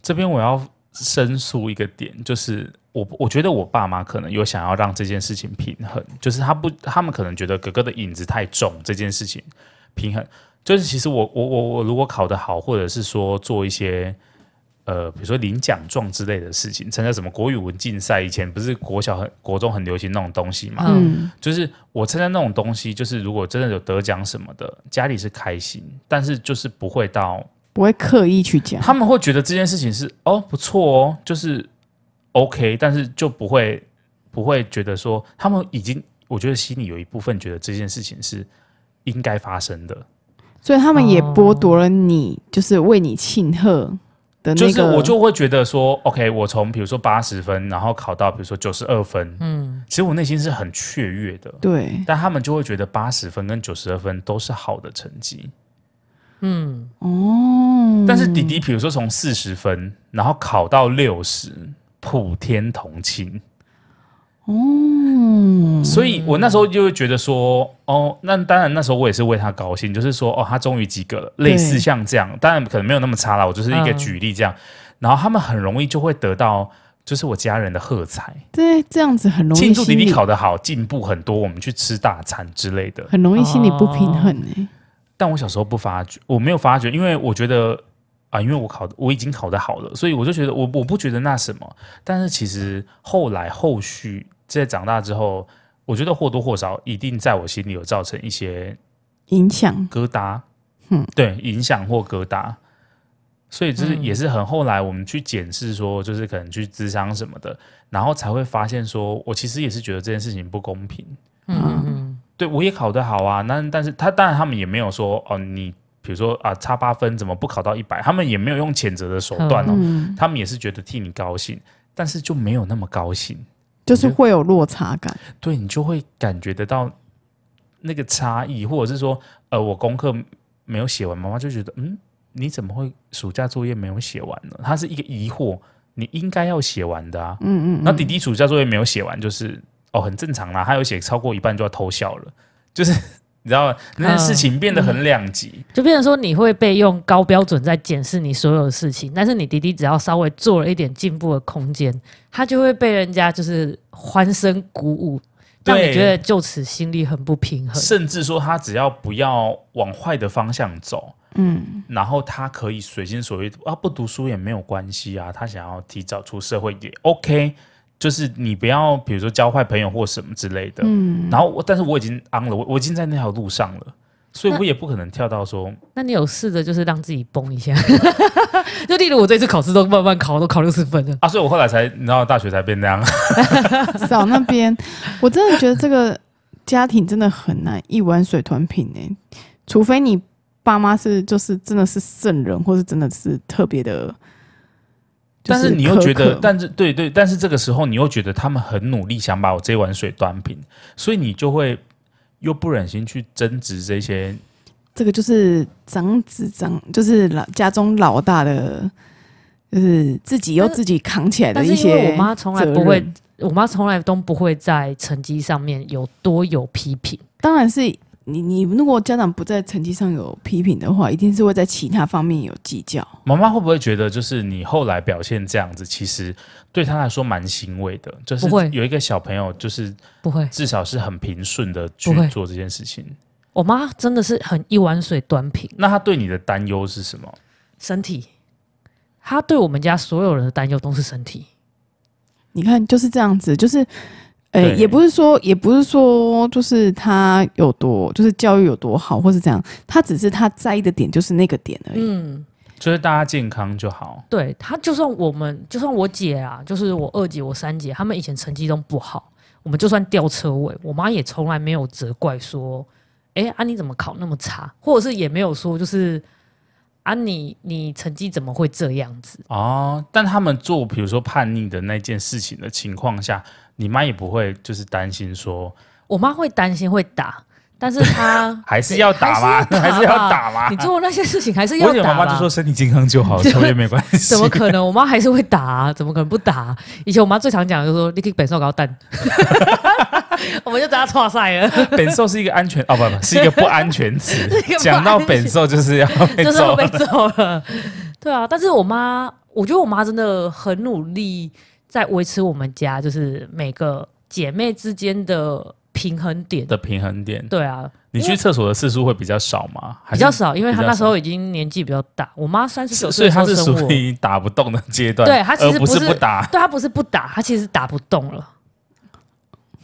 Speaker 1: 这边我要申诉一个点，就是我我觉得我爸妈可能有想要让这件事情平衡，就是他不，他们可能觉得哥哥的影子太重，这件事情平衡。就是其实我我我我如果考得好，或者是说做一些呃，比如说领奖状之类的事情，参加什么国语文竞赛，以前不是国小很国中很流行那种东西嘛，
Speaker 3: 嗯
Speaker 1: 就是我参加那种东西，就是如果真的有得奖什么的，家里是开心，但是就是不会到，
Speaker 3: 不会刻意去讲，
Speaker 1: 他们会觉得这件事情是哦不错哦，就是 OK，但是就不会不会觉得说他们已经，我觉得心里有一部分觉得这件事情是应该发生的，
Speaker 3: 所以他们也剥夺了你，就是为你庆贺的那个。
Speaker 1: 就是我就会觉得说 OK，我从比如说八十分，然后考到比如说九十二分，
Speaker 2: 嗯，
Speaker 1: 其实我内心是很雀跃的，
Speaker 3: 对，
Speaker 1: 但他们就会觉得八十分跟九十二分都是好的成绩，
Speaker 2: 嗯，
Speaker 3: 哦，
Speaker 1: 但是弟弟，比如说从四十分，然后考到六十，普天同庆。
Speaker 3: 哦，
Speaker 1: 所以我那时候就会觉得说，哦，那当然那时候我也是为他高兴，就是说，哦，他终于及格了，类似像这样，当然可能没有那么差啦，我就是一个
Speaker 2: 嗯
Speaker 1: 举例这样。然后他们很容易就会得到，就是我家人的喝彩，
Speaker 3: 这这样子很容易
Speaker 1: 庆祝弟
Speaker 3: 心
Speaker 1: 弟
Speaker 3: 里
Speaker 1: 考得好，进步很多，我们去吃大餐之类的。
Speaker 3: 很容易心里不平衡哎、
Speaker 1: 但我小时候不发觉，我没有发觉，因为我觉得啊，因为我考我已经考得好了，所以我就觉得我我不觉得那什么。但是其实后来后续在长大之后，我觉得或多或少一定在我心里有造成一些
Speaker 3: 影响。
Speaker 1: 疙瘩，
Speaker 3: 嗯，
Speaker 1: 对，影响或疙瘩。所以就是
Speaker 2: 嗯
Speaker 1: 也是很后来我们去检视说，就是可能去咨商什么的，然后才会发现说，我其实也是觉得这件事情不公平。
Speaker 2: 嗯嗯嗯，
Speaker 1: 对我也考得好啊，那但是他当然他们也没有说哦，你比如说啊差八分怎么不考到一百，他们也没有用谴责的手段哦，
Speaker 3: 嗯，
Speaker 1: 他们也是觉得替你高兴，但是就没有那么高兴，
Speaker 3: 就是会有落差感，
Speaker 1: 对你就会感觉得到那个差异，或者是说呃我功课没有写完，妈妈就觉得嗯你怎么会暑假作业没有写完呢？他是一个疑惑，你应该要写完的啊，
Speaker 3: 嗯嗯，
Speaker 1: 那弟弟暑假作业没有写完，就是哦，很正常啦。他有写超过一半就要偷笑了，就是 你知道吗？那件事情变得很两极。
Speaker 2: 就变成说你会被用高标准在检视你所有的事情，但是你迪迪只要稍微做了一点进步的空间，他就会被人家就是欢声鼓舞，让你
Speaker 1: 对
Speaker 2: 觉得就此心里很不平衡。
Speaker 1: 甚至说他只要不要往坏的方向走，
Speaker 3: 嗯，
Speaker 1: 然后他可以随心所欲啊，不读书也没有关系啊，他想要提早出社会也 OK，就是你不要比如说交坏朋友或什么之类的。
Speaker 3: 嗯
Speaker 1: 然后我，但是我已经 on 了，我我已经在那条路上了，所以
Speaker 2: 那
Speaker 1: 我也不可能跳到说
Speaker 2: 那你有试着就是让自己崩一下？ 就例如我这次考试都慢慢考，都考六十分了。
Speaker 1: 啊，所以我后来才你知道大学才变那样。
Speaker 3: 扫嗯那边， 我真的觉得这个家庭真的很难一碗水端平哎、除非你爸妈是就是真的是圣人，或是真的是特别的。就
Speaker 1: 但是你又觉
Speaker 3: 苛
Speaker 1: 得，
Speaker 3: 刻
Speaker 1: 但是对对，但是这个时候你又觉得他们很努力想把我这碗水端平，所以你就会又不忍心去争执这些。
Speaker 3: 这个就是长子长，就是老家中老大的，就是自己又
Speaker 2: 但是
Speaker 3: 自己扛起来的
Speaker 2: 但是
Speaker 3: 一
Speaker 2: 因
Speaker 3: 些责
Speaker 2: 为
Speaker 3: 任。
Speaker 2: 我妈从来不
Speaker 3: 哎
Speaker 2: 会，我妈从来都不会在成绩上面有多有批评。
Speaker 3: 当然是你你如果家长不在成绩上有批评的话，一定是会在其他方面有计较。
Speaker 1: 妈妈会不会觉得，就是你后来表现这样子，其实对她来说蛮欣慰的，就是
Speaker 2: 不会
Speaker 1: 有一个小朋友，就是
Speaker 2: 不会，
Speaker 1: 至少是很平顺的去
Speaker 2: 不会
Speaker 1: 做这件事情。
Speaker 2: 我妈真的是很一碗水端平，
Speaker 1: 那他对你的担忧是什么？
Speaker 2: 身体，她对我们家所有人的担忧都是身体。
Speaker 3: 你看就是这样子，就是，呃、
Speaker 1: 对
Speaker 3: 也不是说也不是说就是他有多就是教育有多好或是怎样，他只是他在意的点就是那个点而已。
Speaker 2: 嗯，
Speaker 1: 就是大家健康就好。
Speaker 2: 对她就算我们，就算我姐啊，就是我二姐、我三姐，她们以前成绩都不好，我们就算掉车尾，我妈也从来没有责怪说，哎、啊你怎么考那么差，或者是也没有说就是啊你你成绩怎么会这样子？
Speaker 1: 哦，但他们做比如说叛逆的那件事情的情况下，你妈也不会就是担心说
Speaker 2: 我妈会担心会打，但是她
Speaker 1: 还是要打吗？还是要打吗？
Speaker 2: 你做那些事情还是
Speaker 1: 我
Speaker 2: 要
Speaker 1: 以前妈
Speaker 2: 打
Speaker 1: 妈就
Speaker 2: 吧
Speaker 1: 说？身体健康就 好，
Speaker 2: 对
Speaker 1: 抽烟没关系。
Speaker 2: 怎么可能？我妈还是会打、啊，怎么可能不打啊、以前我妈最常讲的就是说：“你可以本瘦 高蛋。” 我们就知道她错赛了，
Speaker 1: 本寿是一个安全哦，不 不是一个不安全词
Speaker 2: 一个不安全。
Speaker 1: 讲到本寿就是要 被
Speaker 2: 就是
Speaker 1: 揍
Speaker 2: 要被。揍了。对啊，但是我妈，我觉得我妈真的很努力在维持我们家，就是每个姐妹之间的平衡点。
Speaker 1: 的平衡点，
Speaker 2: 对啊，
Speaker 1: 你
Speaker 2: 因
Speaker 1: 去
Speaker 2: 为
Speaker 1: 厕所的次数会比较少吗？还
Speaker 2: 比
Speaker 1: 是
Speaker 2: 较，少，因为她
Speaker 1: 比较
Speaker 2: 那时候已经年纪比较大，我妈三十九
Speaker 1: 是所以
Speaker 2: 岁的时
Speaker 1: 它
Speaker 2: 候
Speaker 1: 是
Speaker 2: 生
Speaker 1: 属
Speaker 2: 我。
Speaker 1: 于打不动的阶段，
Speaker 2: 对它其实
Speaker 1: 而不
Speaker 2: 不是
Speaker 1: 不 打。
Speaker 2: 对她不是不打，她其实是打不动了。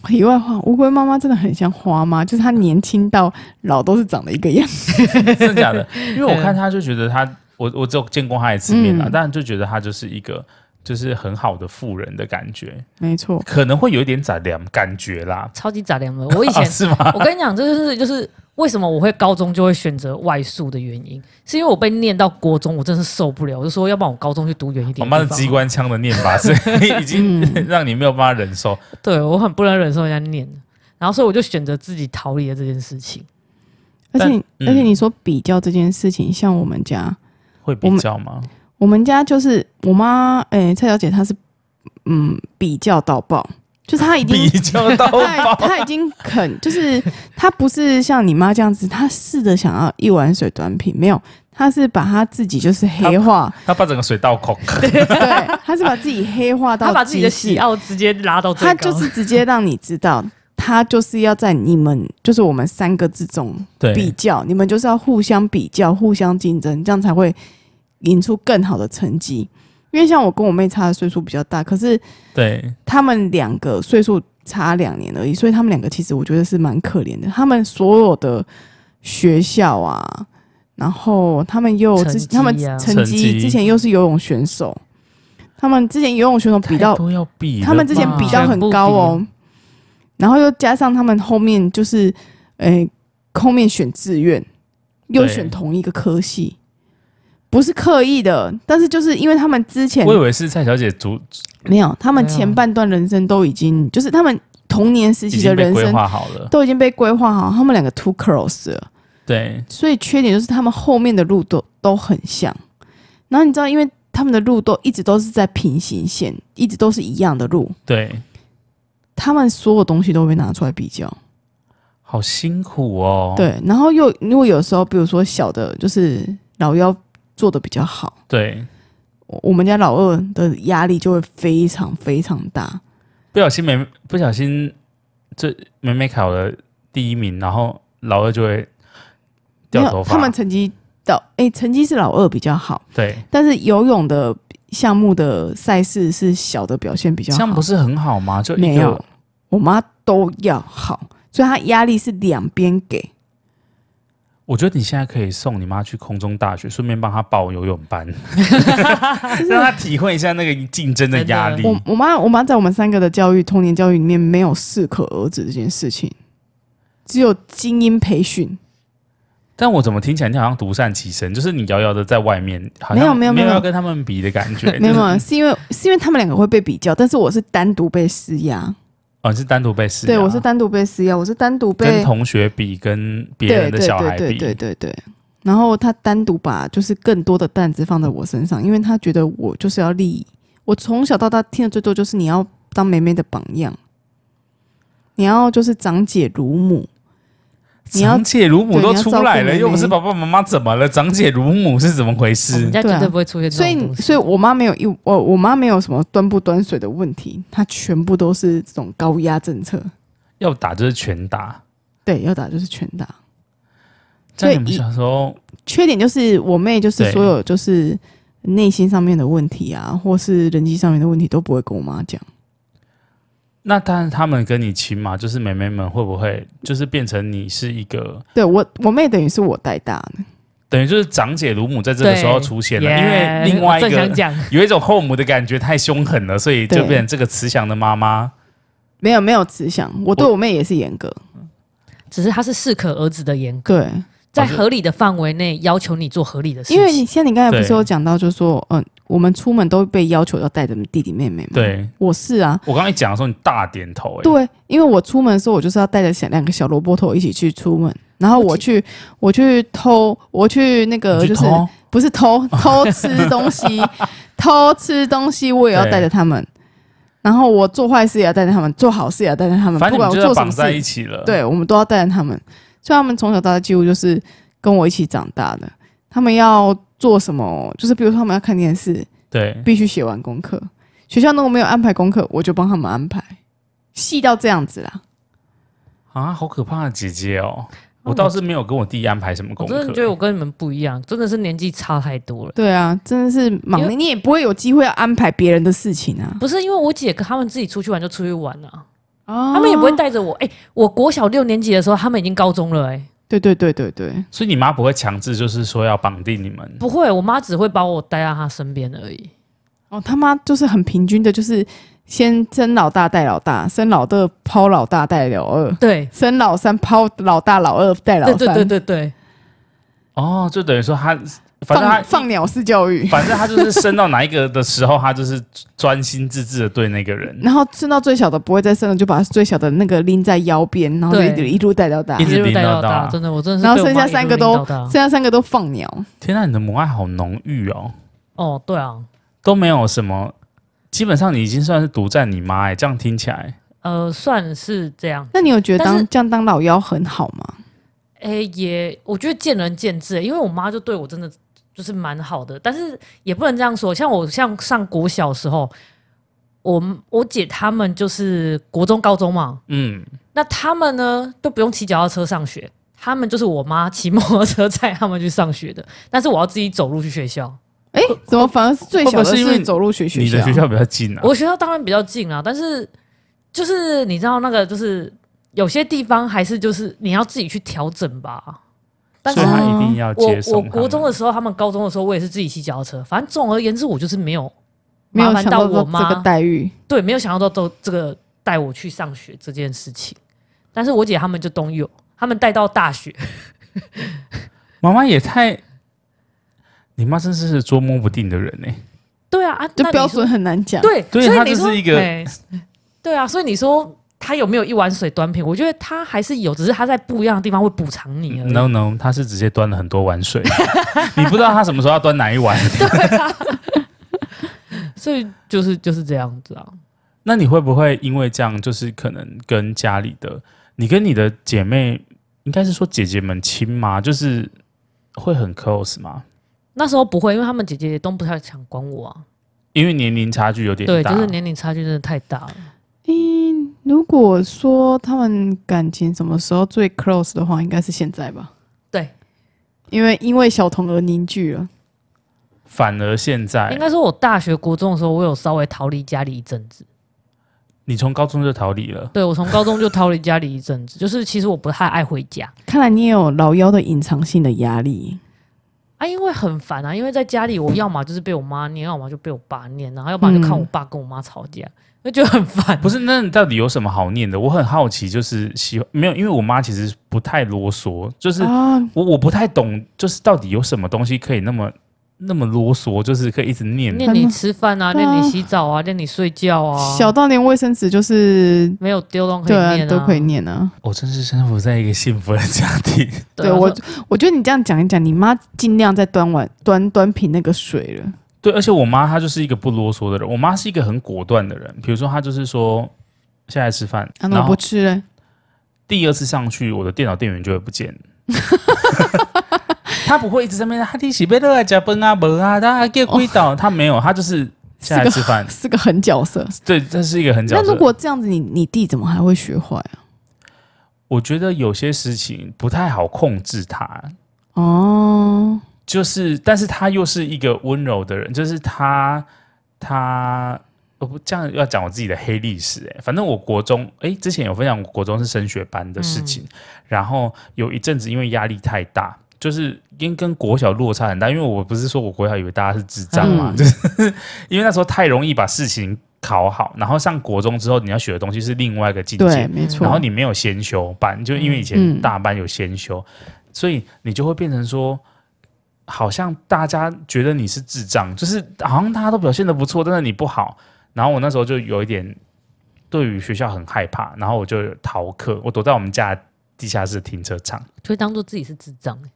Speaker 3: 题外话，乌龟妈妈真的很像花妈，就是她年轻到老都是长得一个样子。
Speaker 1: 真的假的？因为我看他就觉得他，我我只有见过他一次面
Speaker 2: 嗯
Speaker 1: 啊，但就觉得他就是一个就是很好的富人的感觉，
Speaker 3: 没错，
Speaker 1: 可能会有一点杂粮感觉啦。
Speaker 2: 超级杂粮的。我以
Speaker 1: 啊
Speaker 2: 前，
Speaker 1: 是吗？
Speaker 2: 我跟你讲，这就是就是为什么我会高中就会选择外宿的原因，是因为我被念到国中，我真的是受不了，我就说要不然我高中去读远一
Speaker 1: 我
Speaker 2: 点。
Speaker 1: 哦妈的机，关枪的念 法，所以已
Speaker 3: 嗯
Speaker 1: 经让你没有办法忍受。
Speaker 2: 对我很不能忍受人家念，然后所以我就选择自己逃离了这件事情。
Speaker 3: 而且
Speaker 1: 但
Speaker 3: 你、
Speaker 1: 嗯
Speaker 3: 而且你说比较这件事情，像我们家，
Speaker 1: 会比较吗？
Speaker 3: 我们家就是我妈，哎、蔡小姐她是嗯比较到爆，就是她已 经
Speaker 1: 比较到
Speaker 3: 他
Speaker 1: 爆，
Speaker 3: 他已经肯，就是他不是像你妈这样子，他试着想要一碗水端平，没有，他是把他自己就是 黑化，
Speaker 1: 他把整个水倒空。
Speaker 3: 对，他是把自己黑化到，
Speaker 2: 他把自己的喜，好直接拉到最
Speaker 3: 他
Speaker 2: 高，
Speaker 3: 就是直接让你知道，他就是要在你们就是我们三个之中比
Speaker 1: 对，
Speaker 3: 较，你们就是要互相比较、互相竞争，这样才会赢出更好的成绩。因为像我跟我妹差的岁数比较大，可是
Speaker 1: 对，
Speaker 3: 他们两个岁数差两年而已，所以他们两个其实我觉得是蛮可怜的。他们所有的学校啊，然后他们又
Speaker 2: 成
Speaker 3: 之、
Speaker 2: 绩啊
Speaker 3: 他们成
Speaker 1: 成绩
Speaker 3: 绩之前又是游泳选手，他们之前游泳选手比到
Speaker 1: 太多要比了吧，
Speaker 3: 他们之前比到很高哦，然后又加上他们后面就是，诶、后面选志愿，又
Speaker 1: 对
Speaker 3: 选同一个科系。不是刻意的，但是就是因为他们之前
Speaker 1: 我以为是蔡小姐主
Speaker 3: 没有，他们
Speaker 2: 没有
Speaker 3: 前半段人生都已经，就是他们童年时
Speaker 1: 已
Speaker 3: 期的
Speaker 1: 经被
Speaker 3: 人
Speaker 1: 规
Speaker 3: 生
Speaker 1: 划好了，
Speaker 3: 都已经被规划好，他们两个 too close 了，
Speaker 1: 对，
Speaker 3: 所以缺点就是他们后面的路都都很像。然后你知道，因为他们的路都一直都是在平行线，一直都是一样的路，
Speaker 1: 对，
Speaker 3: 他们所有东西都会拿出来比较。
Speaker 1: 哦好辛苦哦。
Speaker 3: 对，然后又因为有时候，比如说小的，就是老幺做的比较好，
Speaker 1: 对，
Speaker 3: 我我们家老二的压力就会非常非常大。
Speaker 1: 不小心没不小心，这妹妹考了第一名，然后老二就会
Speaker 3: 没
Speaker 1: 掉
Speaker 3: 有，
Speaker 1: 头发。
Speaker 3: 他们成绩到哎、成绩是老二比较好，
Speaker 1: 对，
Speaker 3: 但是游泳的项目的赛事是小的表现比较
Speaker 1: 这
Speaker 3: 好，
Speaker 1: 样不是很好吗？就一个
Speaker 3: 没有，我妈都要好，所以她压力是两边给。
Speaker 1: 我觉得你现在可以送你妈去空中大学，顺便帮她报游泳班， 让她体会一下那个竞争的压力。
Speaker 3: 我我妈我妈在我们三个的教育童年教育里面没有适可而止这件事情，只有精英培训。
Speaker 1: 但我怎么听起来你好像独善其身，就是你遥遥的在外面，好像
Speaker 3: 没有没有
Speaker 1: 没
Speaker 3: 没有
Speaker 1: 要跟他们比的感觉，就
Speaker 3: 没
Speaker 1: 是
Speaker 3: 有，是因为是因为他们两个会被比较，但是我是单独被施压，
Speaker 1: 哦，你是单独被试、啊，
Speaker 3: 对我是单独被施压，我是单独
Speaker 1: 跟
Speaker 3: 被
Speaker 1: 同学比，跟别
Speaker 3: 对
Speaker 1: 人的
Speaker 3: 对
Speaker 1: 小孩
Speaker 3: 对
Speaker 1: 比，
Speaker 3: 对对对对。然后他单独把就是更多的担子放在我身上，因为他觉得我就是要利益。我从小到大听的最多就是你要当妹妹的榜样，你要就是长姐如母，你要
Speaker 1: 长姐如母
Speaker 3: 对
Speaker 1: 都
Speaker 3: 你要
Speaker 1: 出
Speaker 3: 照顾
Speaker 1: 来了，
Speaker 3: 妹妹
Speaker 1: 又不是爸爸妈妈怎么了？长姐如母是怎么回
Speaker 2: 我们
Speaker 1: 事？
Speaker 2: 家
Speaker 3: 对
Speaker 2: 绝
Speaker 3: 啊
Speaker 2: 对不会出现这
Speaker 3: 所
Speaker 2: 种
Speaker 3: 以
Speaker 2: 东西。
Speaker 3: 所以我妈没有一我我妈没有什么端不端水的问题，她全部都是这种高压政策，
Speaker 1: 要打就是拳打。
Speaker 3: 对，要打就是拳打。
Speaker 1: 在
Speaker 3: 所以
Speaker 1: 你们
Speaker 3: 以
Speaker 1: 小时候，
Speaker 3: 缺点就是我妹就是
Speaker 1: 对
Speaker 3: 所有就是内心上面的问题啊，或是人际上面的问题都不会跟我妈讲。
Speaker 1: 那但是他们跟你亲嘛，就是妹妹们会不会就是变成你是一个
Speaker 3: 对我我妹等于是我带大的，
Speaker 1: 等于就是长姐如母在这个时候出现了，
Speaker 2: 耶
Speaker 1: 因为另外一
Speaker 2: 我正想
Speaker 1: 个
Speaker 2: 讲，
Speaker 1: 有一种后母的感觉太凶狠了，所以就
Speaker 3: 对
Speaker 1: 变成这个慈祥的妈妈。
Speaker 3: 没有没有慈祥，我对我妹也是严格，
Speaker 2: 只是他是适可而止的严格，
Speaker 3: 对，
Speaker 1: 哦
Speaker 2: 在合理的范围内要求你做合理的事情。
Speaker 3: 因为你像你刚才不是
Speaker 1: 对
Speaker 3: 有讲到，就是说嗯、我们出门都被要求要带着弟弟妹妹嘛，，
Speaker 1: 对
Speaker 3: 我是啊。
Speaker 1: 我刚刚一讲的时候，你大点头、欸，
Speaker 3: 对，因为我出门的时候，我就是要带着小两个小萝卜头一起去出门，然后我去我去偷，我去那个
Speaker 1: 你去
Speaker 3: 就是
Speaker 1: 偷
Speaker 3: 不是偷偷吃 东西，偷吃东西我也要带着他们，然后我做坏事也要带着他们，做好事也要带着他们，
Speaker 1: 反
Speaker 3: 嗯不
Speaker 1: 正你
Speaker 3: 管
Speaker 1: 们
Speaker 3: 我
Speaker 1: 就是
Speaker 3: 做什
Speaker 1: 绑
Speaker 3: 么
Speaker 1: 在一
Speaker 3: 事，
Speaker 1: 起了。，
Speaker 3: 对我们都要带着他们。所以他们从小到大几乎就是跟我一起长大的。他们要做什么，就是比如说他们要看电视，
Speaker 1: 对，
Speaker 3: 必须写完功课。学校如果没有安排功课，我就帮他们安排，细到这样子啦。
Speaker 1: 啊，好可怕的姐姐哦！
Speaker 3: 嗯
Speaker 1: 我倒是没有跟我弟安排什么
Speaker 2: 我
Speaker 1: 功课、
Speaker 2: 真的觉得我跟你们不一样，真的是年纪差太多了。
Speaker 3: 对啊，真的是忙
Speaker 2: 因
Speaker 3: 的，你也不会有机会要安排别人的事情啊。
Speaker 2: 不是因为我姐跟他们自己出去玩就出去玩了、啊
Speaker 3: 哦
Speaker 2: 他们也不会。带着我。哎、我国小六年级的时候，他们已经高中了、哎，
Speaker 3: 对对对对对，
Speaker 1: 所以你妈不会强制，就是说要绑定你们。
Speaker 2: 不会，我妈只会把我带到她身边而已。
Speaker 3: 哦，他妈就是很平均的，就是先生老大带老大，生老二抛老大带老二，
Speaker 2: 对，
Speaker 3: 生老三抛老大老二带老
Speaker 2: 对
Speaker 3: 三，
Speaker 2: 对对对对，
Speaker 1: 哦，就等于说她，反正她
Speaker 3: 放放鸟式教育。
Speaker 1: 反正她就是生到哪一个的时候，她就是专心致志的对那个人，
Speaker 3: 然后生到最小的不会再生了，就把最小的那个拎在腰边，然后就
Speaker 2: 对
Speaker 3: 一直一路带到大
Speaker 1: 一，直
Speaker 2: 路
Speaker 1: 领
Speaker 2: 带
Speaker 1: 到
Speaker 2: 到
Speaker 1: 大
Speaker 2: 大，真的，我真的是
Speaker 3: 然后
Speaker 2: 被我
Speaker 3: 剩
Speaker 2: 妈
Speaker 3: 下
Speaker 2: 一路
Speaker 3: 三个
Speaker 2: 领
Speaker 3: 都
Speaker 2: 到大
Speaker 3: 剩下三个都放鸟。
Speaker 1: 天啊，你的母爱好浓郁哦，
Speaker 2: 哦，对啊，
Speaker 1: 都没有什么，基本上你已经算是独占你妈哎、这样听起来，
Speaker 2: 呃，算是这样。
Speaker 3: 那你有觉得
Speaker 2: 但是
Speaker 3: 当这样当老幺很好吗？
Speaker 2: 哎、也我觉得见仁见智、哎因为我妈就对我真的就是蛮好的，但是也不能这样说。像我像上国小的时候，我我姐她们就是国中、高中嘛，
Speaker 1: 嗯，
Speaker 2: 那他们呢都不用骑脚踏车上学，他们就是我妈骑摩托车载他们去上学的，但是我要自己走路去学校。
Speaker 1: 啊
Speaker 3: 哎，怎么反而是最
Speaker 1: 会
Speaker 3: 小
Speaker 1: 不
Speaker 3: 的
Speaker 1: 会是因为
Speaker 3: 走路学学
Speaker 1: 你的学校比较近啊，
Speaker 2: 我学校当然比较近啊，但是就是你知道那个就是有些地方还是就是你要自己去调整吧。但是
Speaker 1: 所以她一定要
Speaker 2: 我
Speaker 1: 接送
Speaker 2: 我
Speaker 1: 他们
Speaker 2: 国中的时候，他们高中的时候，我也是自己骑脚踏车。反正总而言之，我就是没有
Speaker 3: 没有
Speaker 2: 麻烦
Speaker 3: 想到
Speaker 2: 到我
Speaker 3: 这
Speaker 2: 妈
Speaker 3: 个待遇，
Speaker 2: 对没有想到都这个带我去上学这件事情。但是我姐他们就都有，他们带到大学，
Speaker 1: 妈妈也太，你妈真是捉摸不定的人哎、
Speaker 2: 对啊啊，
Speaker 3: 就
Speaker 2: 那你
Speaker 3: 标
Speaker 2: 说
Speaker 3: 准很难讲。
Speaker 2: 对，
Speaker 1: 对
Speaker 2: 所以
Speaker 1: 它
Speaker 2: 你
Speaker 1: 就是
Speaker 2: 说
Speaker 1: 一个
Speaker 2: 哎 对啊，所以你说他有没有一碗水端平？我觉得他还是有，只是他在不一样的地方会补偿你而已。
Speaker 1: No No，他是直接端了很多碗水， 你不知道他什么时候要端哪一碗。
Speaker 2: 所以就是就是这样子啊。
Speaker 1: 那你会不会因为这样，就是可能跟家里的你跟你的姐妹，应该是说姐姐们亲吗？就是会很 close 吗？
Speaker 2: 那时候不会，因为他们姐姐都不太想管我啊。
Speaker 1: 因为年龄差距有点
Speaker 2: 对，
Speaker 1: 大，
Speaker 2: 就是年龄差距真的太大了。
Speaker 3: 嗯，如果说他们感情什么时候最 close 的话，应该是现在吧，
Speaker 2: 对，
Speaker 3: 因为因为小童而凝聚了。
Speaker 1: 反而现在
Speaker 2: 应该说我大学、国中的时候，我有稍微逃离家里一阵子。
Speaker 1: 你从高中就逃离了，
Speaker 2: 对我从高中就逃离家里一阵子，就是其实我不太爱回家
Speaker 3: 看来你也有老幺的隐藏性的压力，
Speaker 2: 啊，因为很烦啊。因为在家里，我要么就是被我妈念，要么就被我爸念，啊然后要不然就看我爸跟我妈吵架，那就很烦。
Speaker 1: 不是？那你到底有什么好念的？我很好奇，就是喜欢没有，因为我妈其实不太啰嗦，就是
Speaker 2: 哦
Speaker 3: 啊，
Speaker 1: 我我不太懂，就是到底有什么东西可以那么那么啰嗦，就是可以一直念。
Speaker 2: 念你吃饭啊，
Speaker 3: 对
Speaker 2: 念
Speaker 3: 啊
Speaker 2: 你洗澡啊，念你睡觉啊，
Speaker 3: 小到连卫生纸就是
Speaker 2: 没有丢都可
Speaker 3: 对
Speaker 2: 以
Speaker 3: 啊
Speaker 2: 念啊，
Speaker 3: 都可以。念啊。
Speaker 1: 我真是生活在一个幸福的家庭。
Speaker 3: 对
Speaker 2: 啊
Speaker 3: 我
Speaker 2: 所以
Speaker 3: 我觉得你这样讲一讲，你妈尽量在端碗端端平那个水了。
Speaker 1: 对，而且我妈她就是一个不啰嗦的人，我妈是一个很果断的人。比如说，她就是说现在吃饭，
Speaker 3: 啊，那
Speaker 1: 然
Speaker 3: 我不
Speaker 1: 后
Speaker 3: 吃了，
Speaker 1: 第二次上去，我的电脑电源就会不见了。 他不会一直在那边，他提起被热来加崩啊崩啊，他给归倒，他没有，他 就是下来吃饭。
Speaker 3: 哦是个狠角色。
Speaker 1: 对，这是一个很角
Speaker 3: 那
Speaker 1: 色。
Speaker 3: 如果这样子你，你弟怎么还会学坏啊？
Speaker 1: 我觉得有些事情不太好控制他，
Speaker 3: 啊哦，
Speaker 1: 就是，但是他又是一个温柔的人，就是他他。我不这样要讲我自己的黑历史哎、反正我国中哎、之前有分享我国中是升学班的事
Speaker 3: 嗯
Speaker 1: 情，然后有一阵子因为压力太大，就是因跟国小落差很大，因为我不是说我国小以为大家是智障嘛，
Speaker 3: 嗯
Speaker 1: 就是 因为那时候太容易把事情考好，然后上国中之后你要学的东西是另外一个境界
Speaker 3: 对，，嗯没错。
Speaker 1: 然后你没有先修班，就因为以前大班有先修，所以你就会变成说，好像大家觉得你是智障，就是好像大家都表现的不错，但是你不好。然后我那时候就有一点对于学校很害怕，然后我就逃课，我躲在我们家地下室停车场，
Speaker 2: 就会当做自己是智障、欸。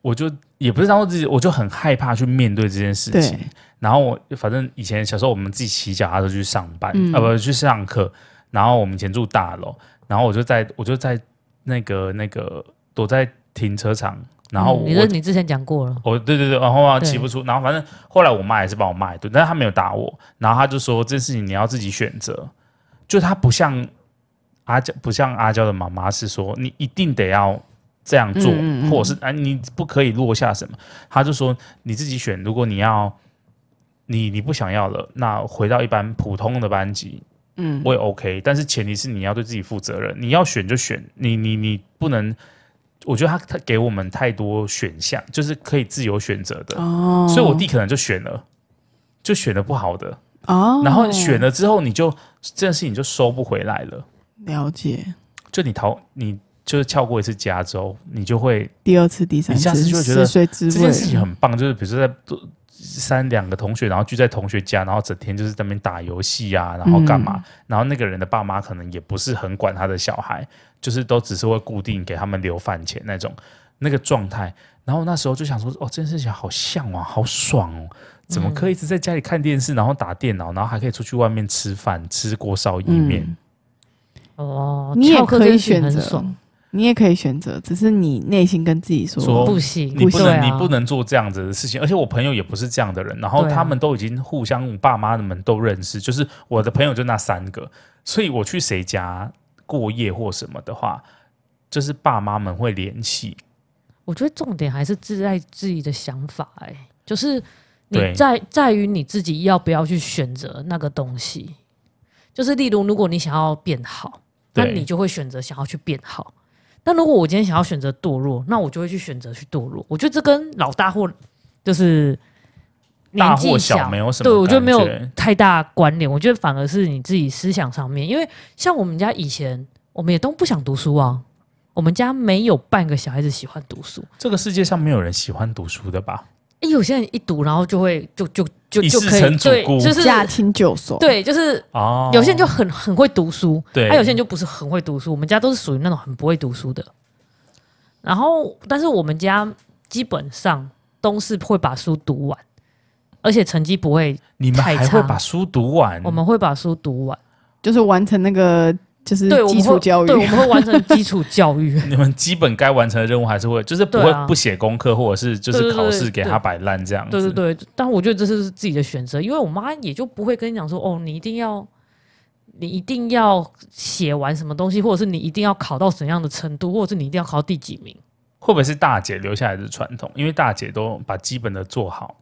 Speaker 1: 我就也不是当做自己，我就很害怕去面对这件事情
Speaker 3: 对。，
Speaker 1: 然后我反正以前小时候我们自己骑脚踏车去上班，
Speaker 3: 嗯
Speaker 1: 啊不去上课，然后我们以前住大楼，然后我就在我就在那个那个躲在停车场，然后
Speaker 2: 嗯
Speaker 1: 我、
Speaker 2: 你这你之前讲过
Speaker 3: 嗯
Speaker 2: 了，
Speaker 1: 我对对对，然后啊
Speaker 2: 对
Speaker 1: 骑不出，然后反正后来我妈也是把我骂一顿，但是她没有打我，然后她就说这事情你要自己选择，就她不像阿娇不像阿娇的妈妈是说你一定得要这样做，
Speaker 3: 嗯嗯嗯
Speaker 1: 或者是啊你不可以落下什么，她就说你自己选，如果你要你你不想要了，那回到一般普通的班级，
Speaker 3: 嗯，
Speaker 1: 我也 OK，但是前提是你要对自己负责任，你要选就选，你你你不能，我觉得他他给我们太多选项，就是可以自由选择的，
Speaker 3: 哦，
Speaker 1: 所以我弟可能就选了，就选了不好的，
Speaker 3: 哦，
Speaker 1: 然后选了之后你就这件事情就收不回来了，
Speaker 3: 了解，
Speaker 1: 就你逃你就是跳过一次加州，你就会
Speaker 3: 第二次、第三
Speaker 1: 你下
Speaker 3: 次，
Speaker 1: 次就会觉得
Speaker 3: 食髓
Speaker 1: 这
Speaker 3: 知
Speaker 1: 件事情
Speaker 3: 味，
Speaker 1: 很棒，就是比如说在。三两个同学，然后聚在同学家，然后整天就是在那边打游戏啊，然后干嘛？
Speaker 3: 嗯
Speaker 1: 然后那个人的爸妈可能也不是很管他的小孩，就是都只是会固定给他们留饭钱那种那个状态。然后那时候就想说，哦，这件事情好向往，好爽哦！怎么可以一直在家里看电视，然后打电脑，然后还可以出去外面吃饭，吃锅烧意面？
Speaker 3: 嗯
Speaker 2: 哦，
Speaker 3: 你也
Speaker 2: 翘课
Speaker 3: 可
Speaker 2: 这件
Speaker 3: 以
Speaker 2: 事情
Speaker 3: 选
Speaker 2: 很
Speaker 3: 择
Speaker 2: 爽，
Speaker 3: 你也可以选择，只是你内心跟自己
Speaker 1: 说
Speaker 2: 不行，
Speaker 1: 你不
Speaker 2: 对
Speaker 1: 能，
Speaker 2: 啊
Speaker 1: 你不能做这样子的事情。而且我朋友也不是这样的人，然后
Speaker 2: 对啊
Speaker 1: 他们都已经互相，我爸妈们都认识，就是我的朋友就那三个，所以我去谁家过夜或什么的话，就是爸妈们会联系。
Speaker 2: 我觉得重点还是自在自己的想法、欸，哎，就是
Speaker 1: 对
Speaker 2: 你在在于你自己要不要去选择那个东西。就是例如，如果你想要变好，那
Speaker 1: 对
Speaker 2: 你就会选择想要去变好。但如果我今天想要选择堕落，那我就会去选择去堕落。我觉得这跟老大或就是年
Speaker 1: 大
Speaker 2: 纪
Speaker 1: 或小没有什么，
Speaker 2: 对我觉得没有
Speaker 1: 觉
Speaker 2: 太大关联。我觉得反而是你自己思想上面，因为像我们家以前，我们也都不想读书啊，我们家没有半个小孩子喜欢读书。
Speaker 1: 这个世界上没有人喜欢读书的吧？
Speaker 2: 欸有些人一读，然后就会就就就
Speaker 1: 一
Speaker 2: 就
Speaker 1: 世
Speaker 2: 可以
Speaker 1: 成主
Speaker 2: 对，
Speaker 1: 顾
Speaker 2: 就是
Speaker 3: 驾轻就熟，，
Speaker 2: 对，就是
Speaker 1: 哦，
Speaker 2: 有些人就很很会读书，
Speaker 1: 对
Speaker 2: 还、有些人就不是很会读书。我们家都是属于那种很不会读书的，然后但是我们家基本上都是会把书读完，而且成绩不会，
Speaker 1: 你们还
Speaker 2: 太
Speaker 1: 会
Speaker 2: 差
Speaker 1: 把书读完，
Speaker 2: 我们会把书读完，
Speaker 3: 就是完成那个就是
Speaker 2: 对，我
Speaker 3: 基
Speaker 2: 们
Speaker 3: 础
Speaker 2: 会
Speaker 3: 教育
Speaker 2: 对，，我们会完成基础教育。
Speaker 1: 你们基本该完成的任务还是会，就是不
Speaker 2: 对
Speaker 1: 会
Speaker 2: 啊
Speaker 1: 不写功课，或者是就
Speaker 2: 对
Speaker 1: 是
Speaker 2: 对对
Speaker 1: 考试给
Speaker 2: 对
Speaker 1: 他摆烂这样子。
Speaker 2: 对对对，但我觉得这是自己的选择，因为我妈也就不会跟你讲说，哦，你一定要，你一定要写完什么东西，或者是你一定要考到怎样的程度，或者是你一定要考到第几名。
Speaker 1: 会不会是大姐留下来的传统？因为大姐都把基本的做好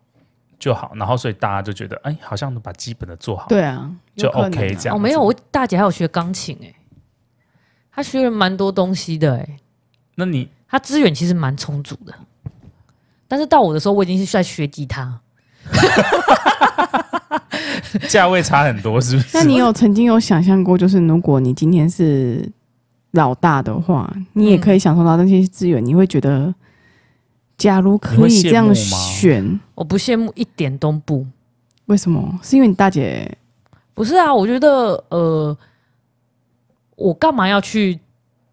Speaker 1: 就好，然后所以大家就觉得，哎，好像都把基本的做好。
Speaker 3: 对啊，
Speaker 1: 就
Speaker 3: 有可能
Speaker 1: OK
Speaker 3: 啊
Speaker 1: 这样
Speaker 2: 哦，没有，我大姐还有学钢琴哎、她学了蛮多东西的哎、
Speaker 1: 那你
Speaker 2: 她资源其实蛮充足的。但是到我的时候，我已经是在学吉他，
Speaker 1: 价位差很多，是不 是？
Speaker 3: 那你有曾经有想象过，就是如果你今天是老大的话，你也可以享受到那些资源，你会觉得，假如
Speaker 1: 你
Speaker 3: 可
Speaker 1: 会
Speaker 3: 以
Speaker 1: 羡
Speaker 3: 这样
Speaker 1: 慕吗
Speaker 3: 选，
Speaker 2: 我不羡慕一点都不。
Speaker 3: 为什么？是因为你大姐
Speaker 2: 不是啊，我觉得呃，我干嘛要去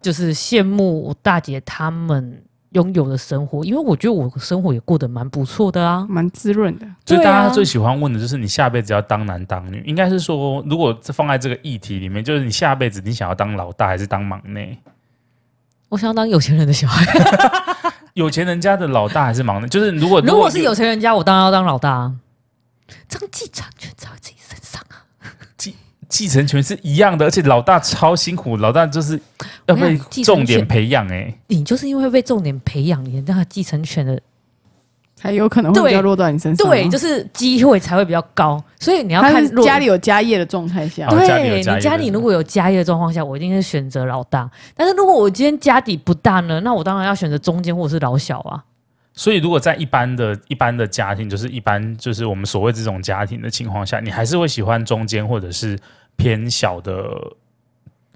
Speaker 2: 就是羡慕我大姐她们拥有的生活？因为我觉得我的生活也过得蛮不错的啊。
Speaker 3: 蛮滋润的，
Speaker 1: 就
Speaker 2: 对啊
Speaker 1: 大家最喜欢问的就是你下辈子要当男当女，应该是说，如果放在这个议题里面，就是你下辈子你想要当老大还是当忙内？
Speaker 2: 我想要当有钱人的小孩。
Speaker 1: 有钱人家的老大还是忙的，就是如果
Speaker 2: 如果是有钱人家，我当然要当老大、啊。这样继承权在我自己身上啊！
Speaker 1: 继承权是一样的，而且老大超辛苦，老大就是要
Speaker 2: 我跟
Speaker 1: 被
Speaker 2: 你讲继承
Speaker 1: 重点
Speaker 2: 权
Speaker 1: 培养哎、
Speaker 2: 你就是因为被重点培养，你那个继承权的
Speaker 3: 嗯还有可能会比
Speaker 2: 对
Speaker 3: 较落到你身上吗。
Speaker 2: 对，就是机会才会比较高。所以你要
Speaker 3: 啊他
Speaker 2: 看
Speaker 3: 是
Speaker 2: 落
Speaker 3: 家里有家业的状态下，
Speaker 1: 哦家里有
Speaker 2: 对
Speaker 1: 家业
Speaker 2: 你家里
Speaker 1: 的
Speaker 3: 啊
Speaker 2: 如果有家业的状况下，我一定是选择老大。但是如果我今天家底不大呢，那我当然要选择中间或者是老小啊。
Speaker 1: 所以如果在一般的一般的家庭，就是一般就是我们所谓这种家庭的情况下，你还是会喜欢中间或者是偏小的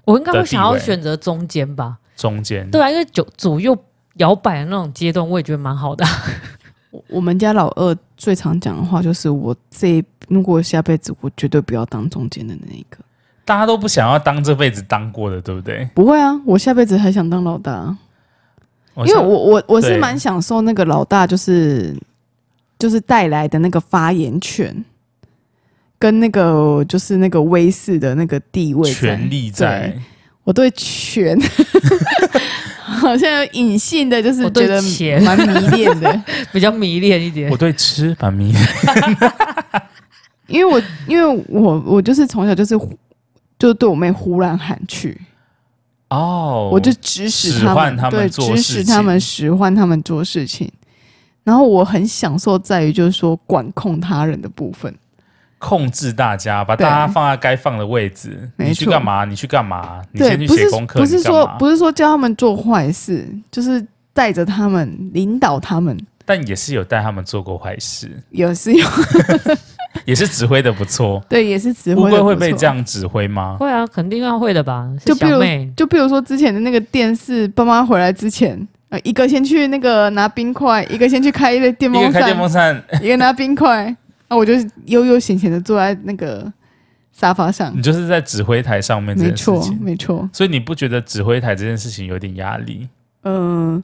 Speaker 2: 我应该
Speaker 1: 的
Speaker 2: 会
Speaker 1: 地
Speaker 2: 想要
Speaker 1: 位
Speaker 2: 选择中间吧？
Speaker 3: 嗯
Speaker 1: 中间。
Speaker 2: 对啊，因为左左右摇摆的那种阶段，我也觉得蛮 好的啊。
Speaker 3: 我我们家老二最常讲的话就是：我这一如果下辈子，我绝对不要当中间的那一个。
Speaker 1: 大家都不想要当这辈子当过的，对不对？
Speaker 3: 不会啊，我下辈子还想当老大啊，
Speaker 1: 因
Speaker 3: 因为我我我是
Speaker 1: 对
Speaker 3: 蛮享受那个老大就是就是带来的那个发言权，跟那个就是那个威势的那个地位在
Speaker 1: 权力在
Speaker 3: 对，我对权 好像有隐性的，就是
Speaker 2: 我
Speaker 3: 觉
Speaker 2: 对
Speaker 3: 得
Speaker 2: 钱
Speaker 3: 蛮迷 恋的。
Speaker 2: 比较迷恋一点
Speaker 1: 我。对吃蛮 迷恋。
Speaker 3: 因为我因为我我就是从小就是呼就对我妹呼然喊去，
Speaker 1: 哦，
Speaker 3: 我就指使
Speaker 1: 使
Speaker 3: 他
Speaker 1: 唤
Speaker 3: 们，
Speaker 1: 他们
Speaker 3: 对，
Speaker 1: 做
Speaker 3: 指
Speaker 1: 事
Speaker 3: 使他们
Speaker 1: 情
Speaker 3: 使唤他们做事情。然后我很享受在于就是说管控他人的部分，
Speaker 1: 控制大家，把
Speaker 3: 对
Speaker 1: 大家放在该放的位置。
Speaker 3: 没
Speaker 1: 你去
Speaker 3: 错
Speaker 1: 干嘛？你去干嘛？你
Speaker 3: 对
Speaker 1: 先，去
Speaker 3: 不
Speaker 1: 写
Speaker 3: 是
Speaker 1: 功课。
Speaker 3: 不是
Speaker 1: 你干
Speaker 3: 说
Speaker 1: 嘛
Speaker 3: 不是说教他们做坏事，就是带着他们领导他们，
Speaker 1: 但也是有带他们做过坏事，
Speaker 3: 也是 有。
Speaker 1: 也是指挥的不错
Speaker 3: 对也是指挥
Speaker 1: 乌
Speaker 3: 得
Speaker 1: 龟会
Speaker 3: 不
Speaker 1: 被
Speaker 3: 错
Speaker 1: 这样指挥吗？
Speaker 2: 会啊，肯定要会的吧？是
Speaker 3: 就比
Speaker 2: 小
Speaker 3: 如
Speaker 2: 妹，
Speaker 3: 就比如说之前的那个电视，爸妈回来之前，呃，一个先去那个拿冰块，一个先去开电
Speaker 1: 一
Speaker 3: 风
Speaker 1: 个开
Speaker 3: 扇
Speaker 1: 电，风扇，
Speaker 3: 一个拿冰块， 啊，我就悠悠闲闲的坐在那个沙发上
Speaker 1: 你。就是在指挥台上面这
Speaker 3: 没
Speaker 1: 件事
Speaker 3: 错，
Speaker 1: 情。
Speaker 3: 没错，
Speaker 1: 所以你不觉得指挥台这件事情有点压力？
Speaker 3: 嗯、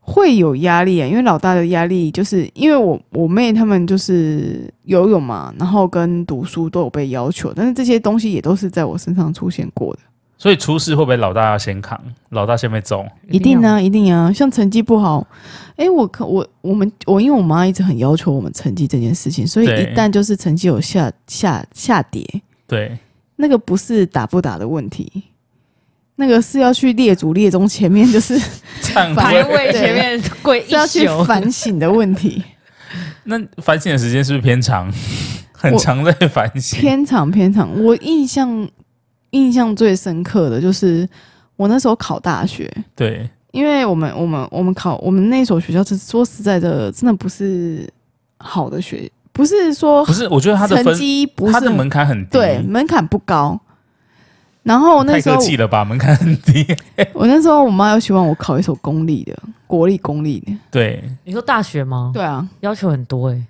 Speaker 3: 会有压力啊，因为老大的压力就是因为我我妹他们就是游泳嘛，然后跟读书都有被要求，但是这些东西也都是在我身上出现过的。
Speaker 1: 所以出事会不会老大要先扛，老大先被揍？
Speaker 3: 一定
Speaker 2: 要
Speaker 3: 啊，一定啊，像成绩不好，哎、我可我我们我因为我妈一直很要求我们成绩这件事情，所以
Speaker 1: 对
Speaker 3: 一旦就是成绩有下下下跌，
Speaker 1: 对，
Speaker 3: 那个不是打不打的问题，那个是要去列祖列宗前面就是是
Speaker 1: 忏
Speaker 2: 排
Speaker 1: 悔。
Speaker 2: 位前面跪一
Speaker 3: 要去
Speaker 2: 宿，
Speaker 3: 反省的问题，
Speaker 1: 那反省的时间是不是偏长？ 很
Speaker 3: 我
Speaker 1: 长在反省。
Speaker 3: 偏长偏长。我印象印象最深刻的就是我那时候考大学，
Speaker 1: 对，
Speaker 3: 因为我们我们我们考我们那所学校，是说实在的，真的不是好的学，不是说
Speaker 1: 不是，我觉得他的
Speaker 3: 成
Speaker 1: 分，
Speaker 3: 绩不是
Speaker 1: 他的门槛很低。
Speaker 3: 对门槛不高。然后那
Speaker 1: 太
Speaker 3: 时候
Speaker 1: 客气了吧，门槛很 低。
Speaker 3: 我那时候我妈又希望我考一所公立的，国立公立的。
Speaker 1: 对，
Speaker 2: 你说大学吗？
Speaker 3: 对啊，
Speaker 2: 要求很多哎。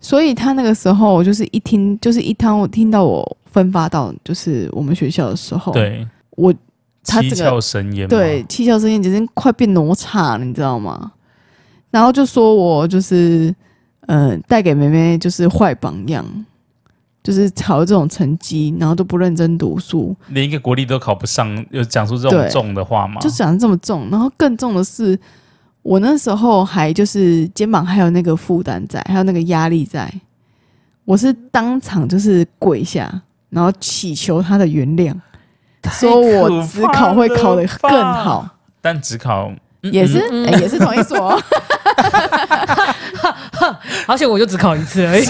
Speaker 3: 所以她那个时候就是一听就是一听我听到我分发到就是我们学校的时候，
Speaker 1: 对，
Speaker 3: 我哦他这
Speaker 1: 七
Speaker 3: 个
Speaker 1: 窍生烟嘛。
Speaker 3: 对，七窍生烟已经快变哪吒了，你知道吗？然后就说我就是，呃，带给妹妹就是坏榜样，就是考这种成绩，然后都不认真读书，
Speaker 1: 连一个国力都考不上，有讲出这种
Speaker 3: 对
Speaker 1: 重的话吗？
Speaker 3: 就讲的这么重。然后更重的是，我那时候还就是肩膀还有那个负担在，还有那个压力在，我是当场就是跪下，然后祈求他的原谅，说我只考会考得更好。
Speaker 1: 但只考嗯
Speaker 3: 也是、
Speaker 1: 嗯
Speaker 2: 嗯
Speaker 3: 哎也是同一所哦、
Speaker 2: 而且我就只考一次而 已，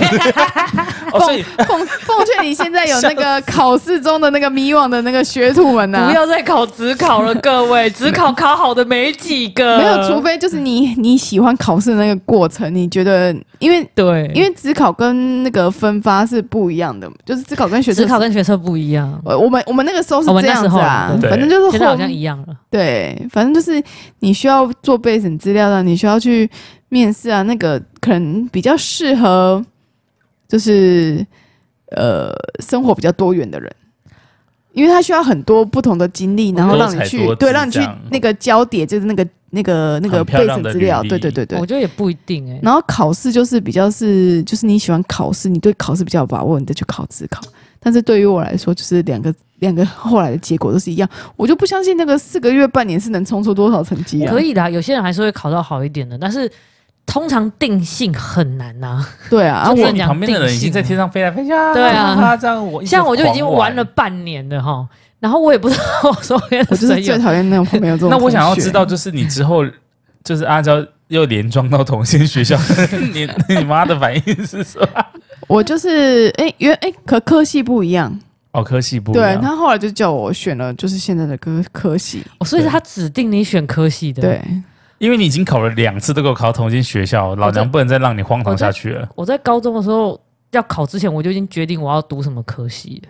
Speaker 1: 哦，所以
Speaker 3: 奉奉劝你现在有那个考试中的那个迷惘的那个学徒们啊呐、
Speaker 2: 不要再考只考了，各位，只考考好的没几个。
Speaker 3: 没有，除非就是你你喜欢考试的那个过程，你觉得因为
Speaker 2: 对，
Speaker 3: 因为职考跟那个分发是不一样的，就是职考跟学测
Speaker 2: 只
Speaker 3: 是
Speaker 2: 考跟学测不一样，
Speaker 3: 呃我们我们那个时候是
Speaker 2: 我们
Speaker 3: 这
Speaker 2: 那
Speaker 3: 样
Speaker 2: 时
Speaker 3: 子
Speaker 2: 候
Speaker 3: 啊，
Speaker 1: 对
Speaker 3: 反正就是
Speaker 2: 现在
Speaker 3: 后
Speaker 2: 好像一样了。
Speaker 3: 对，反正就是你需要做备审资料的，你需要去面试啊，那个可能比较适合就是呃生活比较多元的人，因为他需要很多不同的经历，然后
Speaker 1: 多
Speaker 3: 让你
Speaker 1: 彩
Speaker 3: 去
Speaker 1: 多姿
Speaker 3: 对，让你去
Speaker 1: 这样
Speaker 3: 那个交叠，就是那个那个那个
Speaker 1: 很漂
Speaker 3: 备
Speaker 1: 亮
Speaker 3: 审
Speaker 1: 的
Speaker 3: 资料，
Speaker 1: 履历
Speaker 3: 对对对对
Speaker 2: 我。觉得也不一定哎、
Speaker 3: 然后考试就是比较是，就是你喜欢考试，你对考试比较有把握，你再去考自考。但是对于我来说，就是两个两个后来的结果都是一样，我就不相信那个四个月半年是能冲出多少成绩啊
Speaker 2: 可！以的，有些人还是会考到好一点的，但是通常定性很难呐、
Speaker 3: 对啊，啊
Speaker 2: 就
Speaker 1: 因
Speaker 2: 是
Speaker 1: 为
Speaker 3: 我
Speaker 1: 你旁边的人已经在天上飞来飞去啊，
Speaker 2: 对啊
Speaker 1: 啪啪啪这样我一直
Speaker 2: 像我就已经
Speaker 1: 狂
Speaker 2: 玩了半年了哈，然后我也不知道我手边的
Speaker 3: 我就是
Speaker 2: 谁
Speaker 3: 最
Speaker 2: 有。
Speaker 3: 讨厌那种旁边有这种。
Speaker 1: 那我想要知，道，就是你之后，就是阿娇又连装到同性学 校，你 你妈的反应是什么？
Speaker 3: 我就是哎，原哎可科系不一样，
Speaker 1: 哦，科系不一
Speaker 3: 对
Speaker 1: 样
Speaker 3: 他后来就叫我选了就是现在的科科系，
Speaker 2: 哦所以他指定你选科系的。，
Speaker 3: 对，
Speaker 1: 因为你已经考了两次，都给我考同性学校，老娘不能再让你荒唐下去了。
Speaker 2: 我在高中的时候要考之前，我就已经决定我要读什么科系了，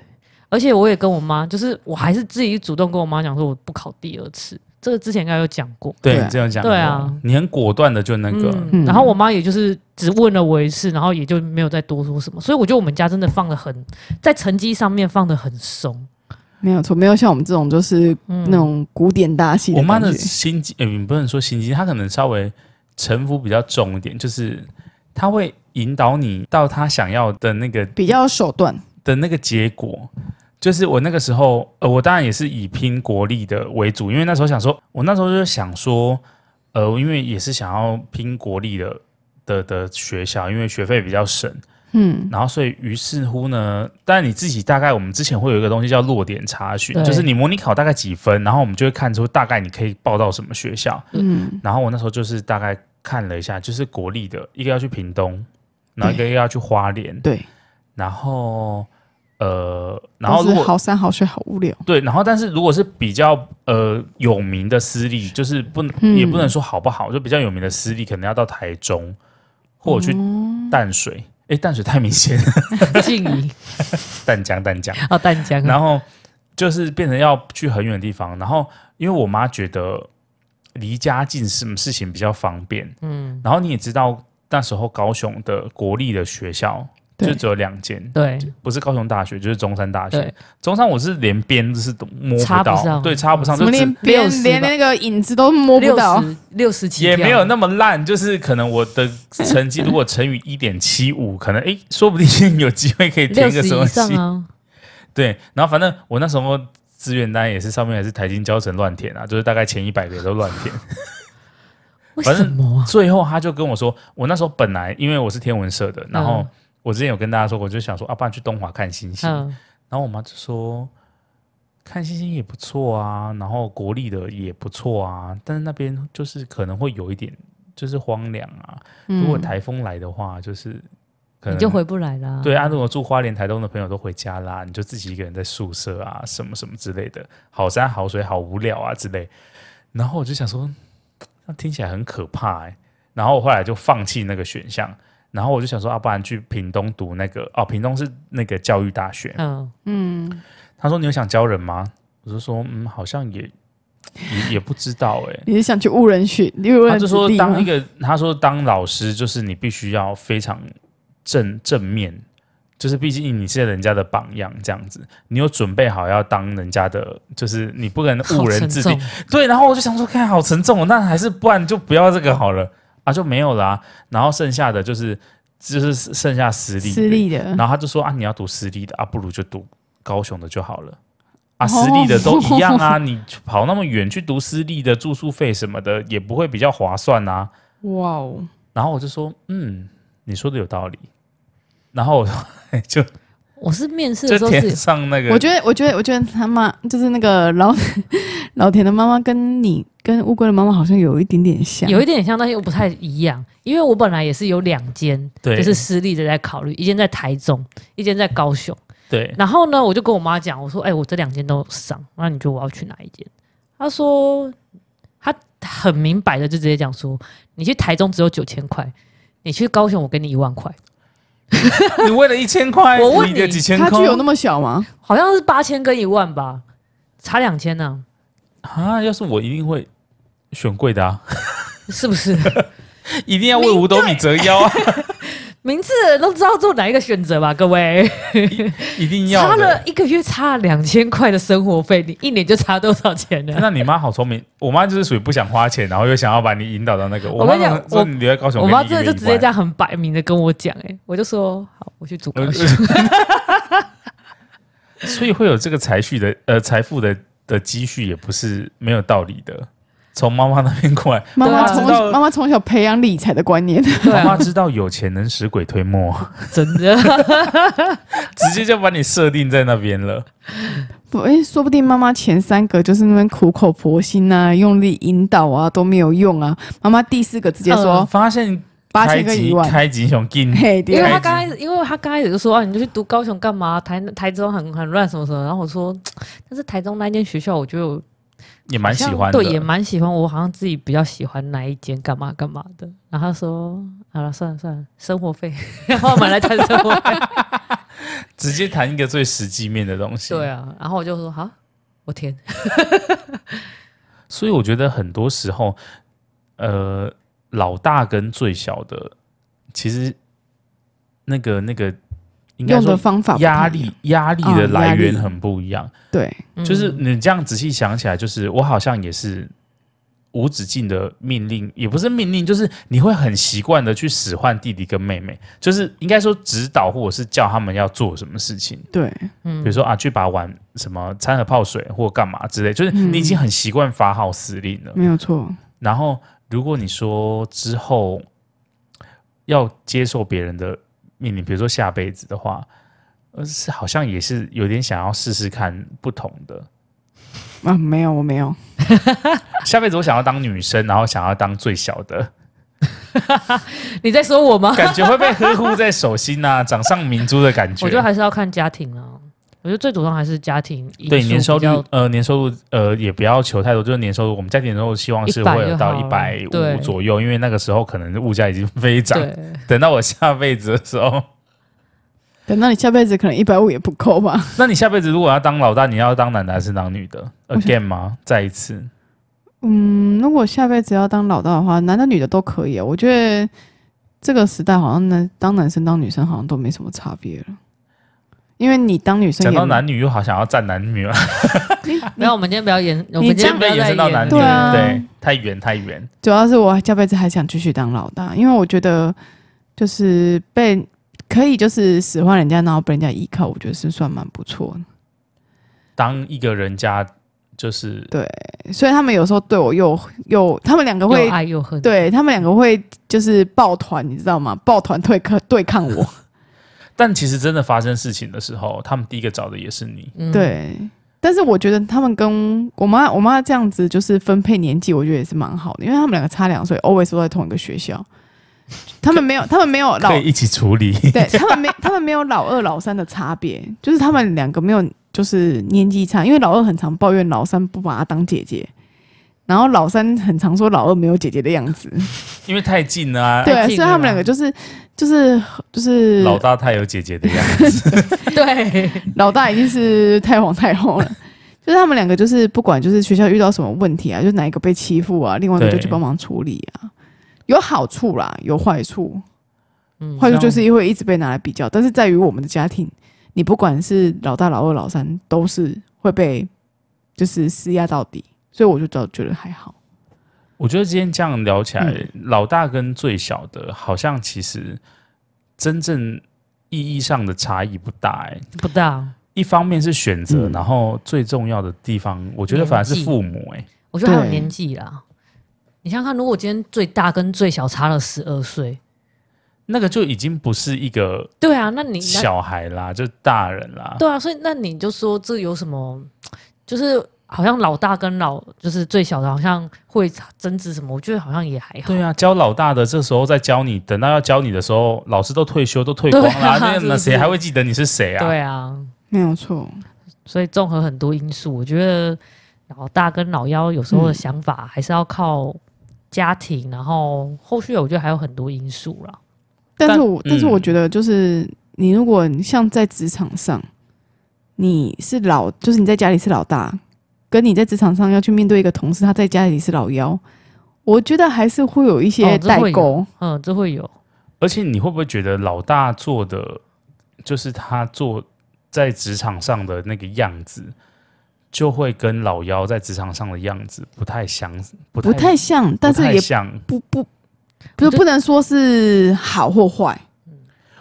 Speaker 2: 而且我也跟我妈，就是我还是自己主动跟我妈讲说我不考第二次，这个之前应该有讲过。
Speaker 1: 对
Speaker 3: 对
Speaker 1: 你这样讲，
Speaker 2: 对啊，
Speaker 1: 你很果断的就那个，啊
Speaker 2: 嗯，
Speaker 3: 嗯
Speaker 2: 然后我妈也就是只问了我一次，然后也就没有再多说什么，所以我觉得我们家真的放的很，在成绩上面放的很松，
Speaker 3: 没有错，没有像我们这种就是
Speaker 2: 嗯，
Speaker 3: 那种古典大戏
Speaker 1: 我
Speaker 3: 的
Speaker 1: 妈
Speaker 3: 感觉
Speaker 1: 的。心机，呃，你不能说心机，她可能稍微城府比较重一点，就是她会引导你到她想要的那个
Speaker 3: 比较手段，
Speaker 1: 的那个结果，就是我那个时候，呃，我当然也是以拼国力的为主，因为那时候想说，我那时候就想说，呃，因为也是想要拼国力的的的学校，因为学费比较省，
Speaker 3: 嗯，
Speaker 1: 然后所以于是乎呢，但你自己大概我们之前会有一个东西叫落点查询，
Speaker 2: 对
Speaker 1: 就是你模拟考大概几分，然后我们就会看出大概你可以报到什么学校，
Speaker 3: 嗯，
Speaker 1: 然后我那时候就是大概看了一下，就是国力的一个要去屏东，然后一个要去花莲，
Speaker 3: 对，
Speaker 1: 然后呃，然后
Speaker 3: 都
Speaker 1: 如
Speaker 3: 嗯是
Speaker 1: 果
Speaker 3: 好山好水好无聊，
Speaker 1: 对，然后但是如果是比较呃有名的私立，就是不能、
Speaker 3: 嗯
Speaker 1: 也不能说好不好，就比较有名的私立，可能要到台中或者去
Speaker 3: 哦
Speaker 1: 淡水，诶，淡水太明显了，
Speaker 2: 静 怡
Speaker 1: 淡江淡江，
Speaker 2: 啊淡江啊，
Speaker 1: 然后就是变成要去很远的地方，然后因为我妈觉得离家近什么事情比较方便，
Speaker 2: 嗯，
Speaker 1: 然后你也知道那时候高雄的国立的学校就
Speaker 3: 对
Speaker 1: 只有两间，
Speaker 2: 对，
Speaker 1: 不是高雄大学就是中山大学
Speaker 2: 对，
Speaker 1: 中山我是连边就是都摸
Speaker 2: 插
Speaker 1: 不
Speaker 2: 不
Speaker 1: 到，
Speaker 2: 上
Speaker 1: 对，插不上，
Speaker 3: 怎么
Speaker 1: 就只
Speaker 3: 连别
Speaker 2: 60
Speaker 3: 人连
Speaker 2: 吧
Speaker 3: 那个影子都摸不
Speaker 2: 六
Speaker 3: 到？
Speaker 2: 十六十七
Speaker 1: 也
Speaker 2: 票
Speaker 1: 没有那么烂，就是可能我的成绩如果乘以一点七五，可能诶，说不定有机会可以填
Speaker 2: 六
Speaker 1: 个
Speaker 2: 十
Speaker 1: 什
Speaker 2: 以
Speaker 1: 么
Speaker 2: 上
Speaker 1: 系。
Speaker 2: 啊，
Speaker 1: 对，然后反正我那时候志愿单也是上面也是台金教程乱填啊，就是大概前一百个都乱填。
Speaker 2: 为
Speaker 1: 反
Speaker 2: 什
Speaker 1: 正
Speaker 2: 么啊？
Speaker 1: 最后他就跟我说，我那时候本来因为我是天文社的，然后
Speaker 2: 嗯
Speaker 1: 我之前有跟大家说过，我就想说啊，不然去东华看星星。
Speaker 2: 嗯，
Speaker 1: 然后我妈就说，看星星也不错啊，然后国立的也不错啊，但是那边就是可能会有一点就是荒凉啊，如
Speaker 3: 嗯
Speaker 1: 果台风来的话，就是可能
Speaker 2: 嗯你就回不来啦。
Speaker 1: 对啊，如果住花莲、台东的朋友都回家啦，你就自己一个人在宿舍啊，什么什么之类的，好山好水好无聊啊之类。然后我就想说，那听起来很可怕哎、然后我后来就放弃那个选项，然后我就想说，啊，不然去屏东读那个哦，屏东是那个教育大学。
Speaker 2: 嗯，
Speaker 3: 嗯，
Speaker 1: 他说你有想教人吗？我就说，嗯，好像也也也不知道哎、
Speaker 3: 你是想去误人学，误
Speaker 1: 他
Speaker 3: 人
Speaker 1: 就
Speaker 3: 子
Speaker 1: 说
Speaker 2: 啊
Speaker 3: 弟吗
Speaker 1: 当一？个，他说当老师就是你必须要非常正正面，就是毕竟你是人家的榜样这样子，你有准备好要当人家的，就是你不可能误
Speaker 2: 好
Speaker 1: 人
Speaker 2: 沉
Speaker 1: 子弟
Speaker 2: 重。。
Speaker 1: 对，然后我就想说，看好沉重哦，那还是不然就不要这个好了啊，就没有啦、然后剩下的就是就是剩下私立的，
Speaker 3: 私立
Speaker 2: 嗯
Speaker 3: 的，
Speaker 1: 然后他就说啊，你要读私立的啊，不如就读高雄的就好了。啊，
Speaker 3: 哦
Speaker 1: 私立的都一样 啊，你跑那么远去读私立的，住宿费什么的也不会比较划算啊。
Speaker 3: 哇哦，
Speaker 1: 然后我就说，嗯，你说的有道理。然后我 就
Speaker 2: 我是面试的时
Speaker 1: 就
Speaker 2: 候
Speaker 1: 填
Speaker 2: 是
Speaker 1: 上那个，
Speaker 3: 我觉得，我觉得，我觉得他妈就是那个老 老田的妈妈，跟你跟乌龟的妈妈好像有一点点像，
Speaker 2: 有一点像，但是又不太一样，因为我本来也是有两间，
Speaker 1: 对，
Speaker 2: 就是私立的在考虑，一间在台中，一间在高雄。
Speaker 1: 对，
Speaker 2: 然后呢，我就跟我妈讲，我说：“哎、我这两间都有上，那你觉得我要去哪一间？”她说：“她很明白的就直接讲说，你去台中只有九千块，你去高雄我给你一万块，
Speaker 1: 你为了一千块，
Speaker 2: 我问
Speaker 1: 你的
Speaker 2: 你
Speaker 1: 几千
Speaker 3: 差距
Speaker 1: 块
Speaker 3: 有那么小吗？
Speaker 2: 好像是八千跟一万吧，差两千呢，
Speaker 1: 啊，要是我一定会 选贵的啊，
Speaker 2: 是不是？
Speaker 1: 一定要为五斗米折腰啊。
Speaker 2: 明 智的人都知道做哪一个选择吧，各位。
Speaker 1: 一定要
Speaker 2: 差
Speaker 1: 的
Speaker 2: 了。一个月，差了两千块的生活费，你一年就差多少钱 呢？
Speaker 1: 那你妈好聪明，我妈就是属于不想花钱，然后又想要把你引导到那个。
Speaker 2: 我
Speaker 1: 妈
Speaker 2: 跟你讲
Speaker 1: 常说你留在高雄，
Speaker 2: 我
Speaker 1: 给你
Speaker 2: 妈
Speaker 1: 一
Speaker 2: 真的
Speaker 1: 个
Speaker 2: 就
Speaker 1: 一
Speaker 2: 直接
Speaker 1: 万
Speaker 2: 这样很摆明的跟我讲，哎，我就说好，我去煮高 雄。
Speaker 1: 所以会有这个财蓄的呃财富的的积蓄，也不是没有道理的。从妈妈那边过来，
Speaker 3: 妈
Speaker 2: 对
Speaker 3: 妈
Speaker 2: 啊
Speaker 3: 从
Speaker 1: 知道
Speaker 3: 妈妈从小培养理财的观念，
Speaker 2: 对
Speaker 1: 妈妈
Speaker 2: 啊，
Speaker 1: 知道有钱能使鬼推磨，
Speaker 2: 真的，
Speaker 1: 直接就把你设定在那边了。
Speaker 3: 不，哎，说不定妈妈前三个就是那边苦口婆心啊，用力引导啊，都没有用啊。妈妈第四个直接
Speaker 1: 我
Speaker 3: 说
Speaker 1: 发现
Speaker 3: 八
Speaker 1: 开
Speaker 3: 千跟一
Speaker 1: 集
Speaker 3: 万，
Speaker 1: 开集熊劲，
Speaker 3: 嘿，对
Speaker 2: 因为
Speaker 3: 啊
Speaker 2: 他刚开始，因为他刚开始就说啊，你就去读高雄干嘛？台台中很很乱什么什么。然后我说，但是台中那间学校，我觉得我
Speaker 1: 也蛮喜欢的。
Speaker 2: 对，也蛮喜欢。我啊好像自己比较喜欢哪一间干嘛干嘛的。然后他说，好了，算了算了，生活费， 然后我们来谈生活费。
Speaker 1: 直接谈一个最实际面的东西。
Speaker 2: 对啊，然后我就说好，我天，
Speaker 1: 所以我觉得很多时候，呃，老大跟最小的，其实那个那个，应该
Speaker 3: 用的
Speaker 1: 说
Speaker 3: 方法不太
Speaker 1: 压
Speaker 3: 一样
Speaker 1: 力压力
Speaker 3: 啊
Speaker 1: 的来
Speaker 3: 压力
Speaker 1: 源很不一样。
Speaker 3: 对，
Speaker 1: 就是
Speaker 2: 嗯
Speaker 1: 你这样仔细想起来，就是我好像也是无止境的命令，也不是命令，就是你会很习惯的去使唤弟弟跟妹妹，就是应该说指导或者是叫他们要做什么事情，
Speaker 3: 对，
Speaker 2: 嗯
Speaker 1: 比如说啊，去把碗什么掺和泡水或干嘛之类，就是
Speaker 3: 嗯
Speaker 1: 你已经很习惯发号施令了。
Speaker 3: 没有错，
Speaker 1: 然后如果你说之后要接受别人的命令，比如说下辈子的话，呃，是好像也是有点想要试试看不同的。
Speaker 3: 啊，没有，我没有，
Speaker 1: 下辈子我想要当女生，然后想要当最小 的，
Speaker 2: 你在说我吗？
Speaker 1: 感觉会被呵护在手心呐、掌上明珠的感觉。
Speaker 2: 我觉得还是要看家庭啊。我觉得最主要还是家庭因素
Speaker 1: 对年收
Speaker 2: 比较
Speaker 1: 入，呃，年收入，呃，也不要求太多，就是年收入，我们家庭年收入希望是
Speaker 2: 100
Speaker 1: 会有到一
Speaker 2: 就好
Speaker 1: 百
Speaker 2: 了对
Speaker 1: 五左右，因为那个时候可能物价已经飞涨。
Speaker 2: 对，
Speaker 1: 等到我下辈子的时候，
Speaker 3: 等到你下辈子可能一百五也不够吧？
Speaker 1: 那你下辈子如果要当老大，你要当男的还是当女的？Again 吗？再一次，
Speaker 3: 嗯，如果下辈子要当老大的话，男的女的都可以。啊我觉得这个时代好像男当男生当女生好像都没什么差别了，因为你当女生
Speaker 1: 讲
Speaker 3: 也
Speaker 1: 到男女，又好想要站男女了，
Speaker 2: 没有，我们今天不 要演，我们
Speaker 3: 你
Speaker 2: 今天
Speaker 1: 先
Speaker 2: 不
Speaker 1: 被
Speaker 2: 要
Speaker 1: 延
Speaker 2: 再
Speaker 1: 伸到男
Speaker 2: 演
Speaker 1: 女，
Speaker 3: 对啊
Speaker 1: 对，太远太远。
Speaker 3: 主要是我下辈子还想继续当老大，因为我觉得就是被可以就是使唤人家，然后被人家依靠，我觉得是算蛮不错的。
Speaker 1: 当一个人家就是
Speaker 3: 所以他们有时候对我又又，他们两个啊会
Speaker 2: 又爱又恨。
Speaker 3: 对他们两个会就是抱团，你知道吗？抱团对抗对抗我，
Speaker 1: 但其实真的发生事情的时候，他们第一个找的也是你。
Speaker 2: 嗯，
Speaker 3: 对。但是我觉得他们跟我妈我妈这样子就是分配年纪，我觉得也是蛮好的，因为他们两个差两岁，always 都在同一个学校。他们没有，他们没有老
Speaker 1: 可以一起处理，
Speaker 3: 对他们没，他们没有老二老三的差别，就是他们两个没有就是年纪差，因为老二很常抱怨老三不把他当姐姐，然后老三很常说老二没有姐姐的样子，
Speaker 1: 因为太近了啊。
Speaker 3: 对，
Speaker 2: 太
Speaker 3: 所
Speaker 2: 近
Speaker 3: 以他们
Speaker 2: 了
Speaker 3: 两个就是就是就是
Speaker 1: 老大太有姐姐的样子，
Speaker 2: 对，
Speaker 3: 老大已经是太皇太后了， 就是他们两个就是不管就是学校遇到什么问题啊，就是哪一个被欺负啊，另外一个就
Speaker 1: 对
Speaker 3: 去帮忙处理啊，有好处啦，有坏处。
Speaker 2: 嗯
Speaker 3: 坏处就
Speaker 1: 像
Speaker 3: 是会一直被拿来比较，但是在于我们的家庭，你不管是老大、老二、老三，都是会被就是施压到底，所以我就倒觉得还好。
Speaker 1: 我觉得今天这样聊起来，
Speaker 3: 嗯
Speaker 1: 老大跟最小的，好像其实真正意义上的差异不大、欸。
Speaker 2: 不大。
Speaker 1: 一方面是选择，
Speaker 3: 嗯
Speaker 1: 然后最重要的地方，我觉得反而是父母、欸。
Speaker 2: 我觉得还有
Speaker 3: 对
Speaker 2: 年纪啦。你想想看，如果今天最大跟最小差了十二岁，
Speaker 1: 那个就已经不是一个
Speaker 2: 对啊，那你那
Speaker 1: 小孩啦，就大人啦。
Speaker 2: 对啊，所以那你就说这有什么？就是好像老大跟老就是最小的，好像会争执什么？我觉得好像也还好。
Speaker 1: 对啊，教老大的这时候再教你，等到要教你的时候，老师都退休都退光
Speaker 2: 对
Speaker 1: 啦，
Speaker 2: 啊
Speaker 1: 那
Speaker 2: 是不
Speaker 1: 那
Speaker 2: 是
Speaker 1: 谁还会记得你是谁啊？
Speaker 2: 对啊，
Speaker 3: 没有错，
Speaker 2: 所以综合很多因素，我觉得老大跟老幺有时候的
Speaker 3: 嗯
Speaker 2: 想法还是要靠家庭，然后后续我觉得还有很多因素啦。
Speaker 3: 但是我
Speaker 1: 但
Speaker 3: 但是我
Speaker 1: 嗯
Speaker 3: 觉得就是你如果你像在职场上，你是老，就是你在家里是老大，跟你在职场上要去面对一个同事，他在家里是老幺，我觉得还是会有一
Speaker 2: 哦
Speaker 3: 些
Speaker 2: 这会
Speaker 3: 代
Speaker 2: 有
Speaker 3: 沟。
Speaker 2: 嗯，这会有，
Speaker 1: 而且你会不会觉得老大做的，就是他做在职场上的那个样子，就会跟老幺在职场上的样子不太相，不太
Speaker 3: 不太像，但是
Speaker 1: 不太
Speaker 3: 也
Speaker 1: 像。
Speaker 3: 不不不
Speaker 2: 就
Speaker 3: 是不能说是好或坏，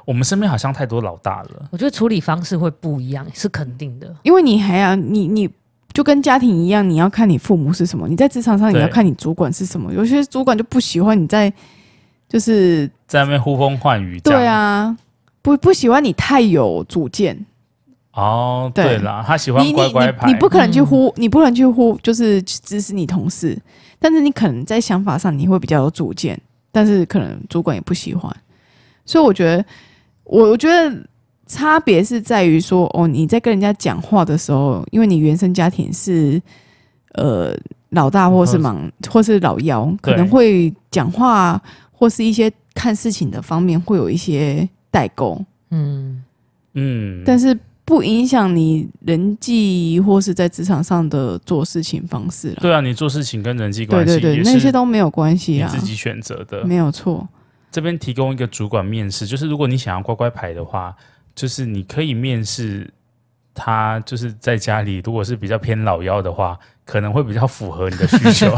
Speaker 1: 我们身边好像太多老大了，
Speaker 2: 我觉得处理方式会不一样，是肯定的。
Speaker 3: 因为你还要你你就跟家庭一样，你要看你父母是什么，你在职场上你
Speaker 1: 对
Speaker 3: 要看你主管是什么，有些主管就不喜欢你在就是
Speaker 1: 在那边呼风唤雨这样。
Speaker 3: 对啊，不不喜欢你太有主见，
Speaker 1: 哦，
Speaker 3: 对
Speaker 1: 对啦，他喜欢
Speaker 3: 你你
Speaker 1: 乖乖
Speaker 3: 你
Speaker 1: 牌，
Speaker 3: 你不可能去
Speaker 2: 嗯
Speaker 3: 呼，你不能去呼，就是指使你同事，但是你可能在想法上你会比较有主见，但是可能主管也不喜欢，所以我觉得，我我觉得差别是在于说，哦，你在跟人家讲话的时候，因为你原生家庭是呃老大或是
Speaker 1: 嗯
Speaker 3: 忙或是老幺，可能
Speaker 1: 对
Speaker 3: 会讲话或是一些看事情的方面会有一些代沟，
Speaker 2: 嗯，
Speaker 1: 嗯，
Speaker 3: 但是不影响你人际或是在职场上的做事情方式了。
Speaker 1: 对啊，你做事情跟人际
Speaker 3: 对
Speaker 1: 关系
Speaker 3: 对对，
Speaker 1: 也
Speaker 3: 那
Speaker 1: 是
Speaker 3: 些都没有关系
Speaker 1: 你
Speaker 3: 啊
Speaker 1: 自，己选择的。
Speaker 3: 没有错。
Speaker 1: 这边提供一个主管面试，就是如果你想要乖乖牌的话，就是你可以面试他，就是在家里，如果是比较偏老妖的话，可能会比较符合你的需 求。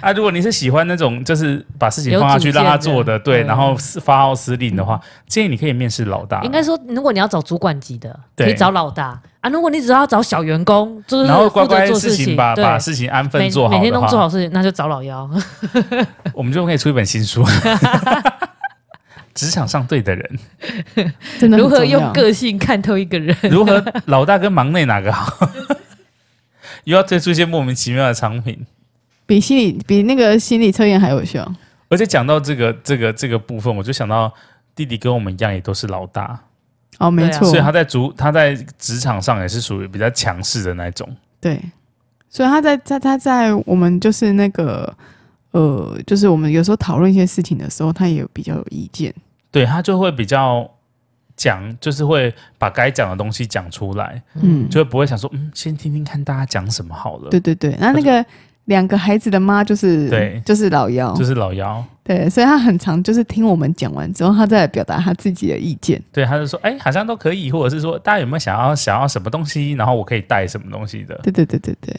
Speaker 1: 啊，如果你是喜欢那种就是把事情放下去
Speaker 2: 有主
Speaker 1: 让
Speaker 2: 见的
Speaker 1: 他做的，对，
Speaker 2: 嗯
Speaker 1: 然后是发号施令的话，建议你可以面试老大。
Speaker 2: 应该说，如果你要找主管级的，
Speaker 1: 对
Speaker 2: 可以找老大啊；如果你只要找小员工，就是
Speaker 1: 然后
Speaker 2: 嗯负
Speaker 1: 乖
Speaker 2: 责
Speaker 1: 乖
Speaker 2: 做
Speaker 1: 事
Speaker 2: 情，
Speaker 1: 把
Speaker 2: 对，
Speaker 1: 把事情安分
Speaker 2: 每
Speaker 1: 做好
Speaker 2: 每天
Speaker 1: 的
Speaker 2: 都
Speaker 1: 话，
Speaker 2: 做好事情，那就找老幺。
Speaker 1: 我们就可以出一本新 书。职场上对的人，
Speaker 3: 真的很
Speaker 2: 如何
Speaker 3: 重要
Speaker 2: 用个性看透一个人？
Speaker 1: 如何老大跟忙内哪个好？ 又要推出一些莫名其妙的产品。
Speaker 3: 比心理比那个心理测验还有效？
Speaker 1: 而且讲到这个这个这个部分，我就想到弟弟跟我们一样，也都是老大，
Speaker 3: 哦，没
Speaker 2: 对啊
Speaker 3: 错
Speaker 1: 所以，他在主他在职场上也是属于比较强势的那种。
Speaker 3: 对，所以他在在他在我们就是那个呃，就是我们有时候讨论一些事情的时候，他也比较有意见。
Speaker 1: 对他就会比较讲，就是会把该讲的东西讲出来，
Speaker 3: 嗯，
Speaker 1: 就不会想说，嗯，先听听看大家讲什么好了。
Speaker 3: 对对对，那那个两个孩子的妈就是
Speaker 1: 对
Speaker 3: 就是老
Speaker 2: 哦
Speaker 3: 幺，
Speaker 1: 就是老幺，
Speaker 3: 对，所以他很常就是听我们讲完之后，他再来表达他自己的意见。
Speaker 1: 对，他就说，哎，好像都可以，或者是说，大家有没有想要想要什么东西，然后我可以带什么东西的。
Speaker 3: 对对对对对，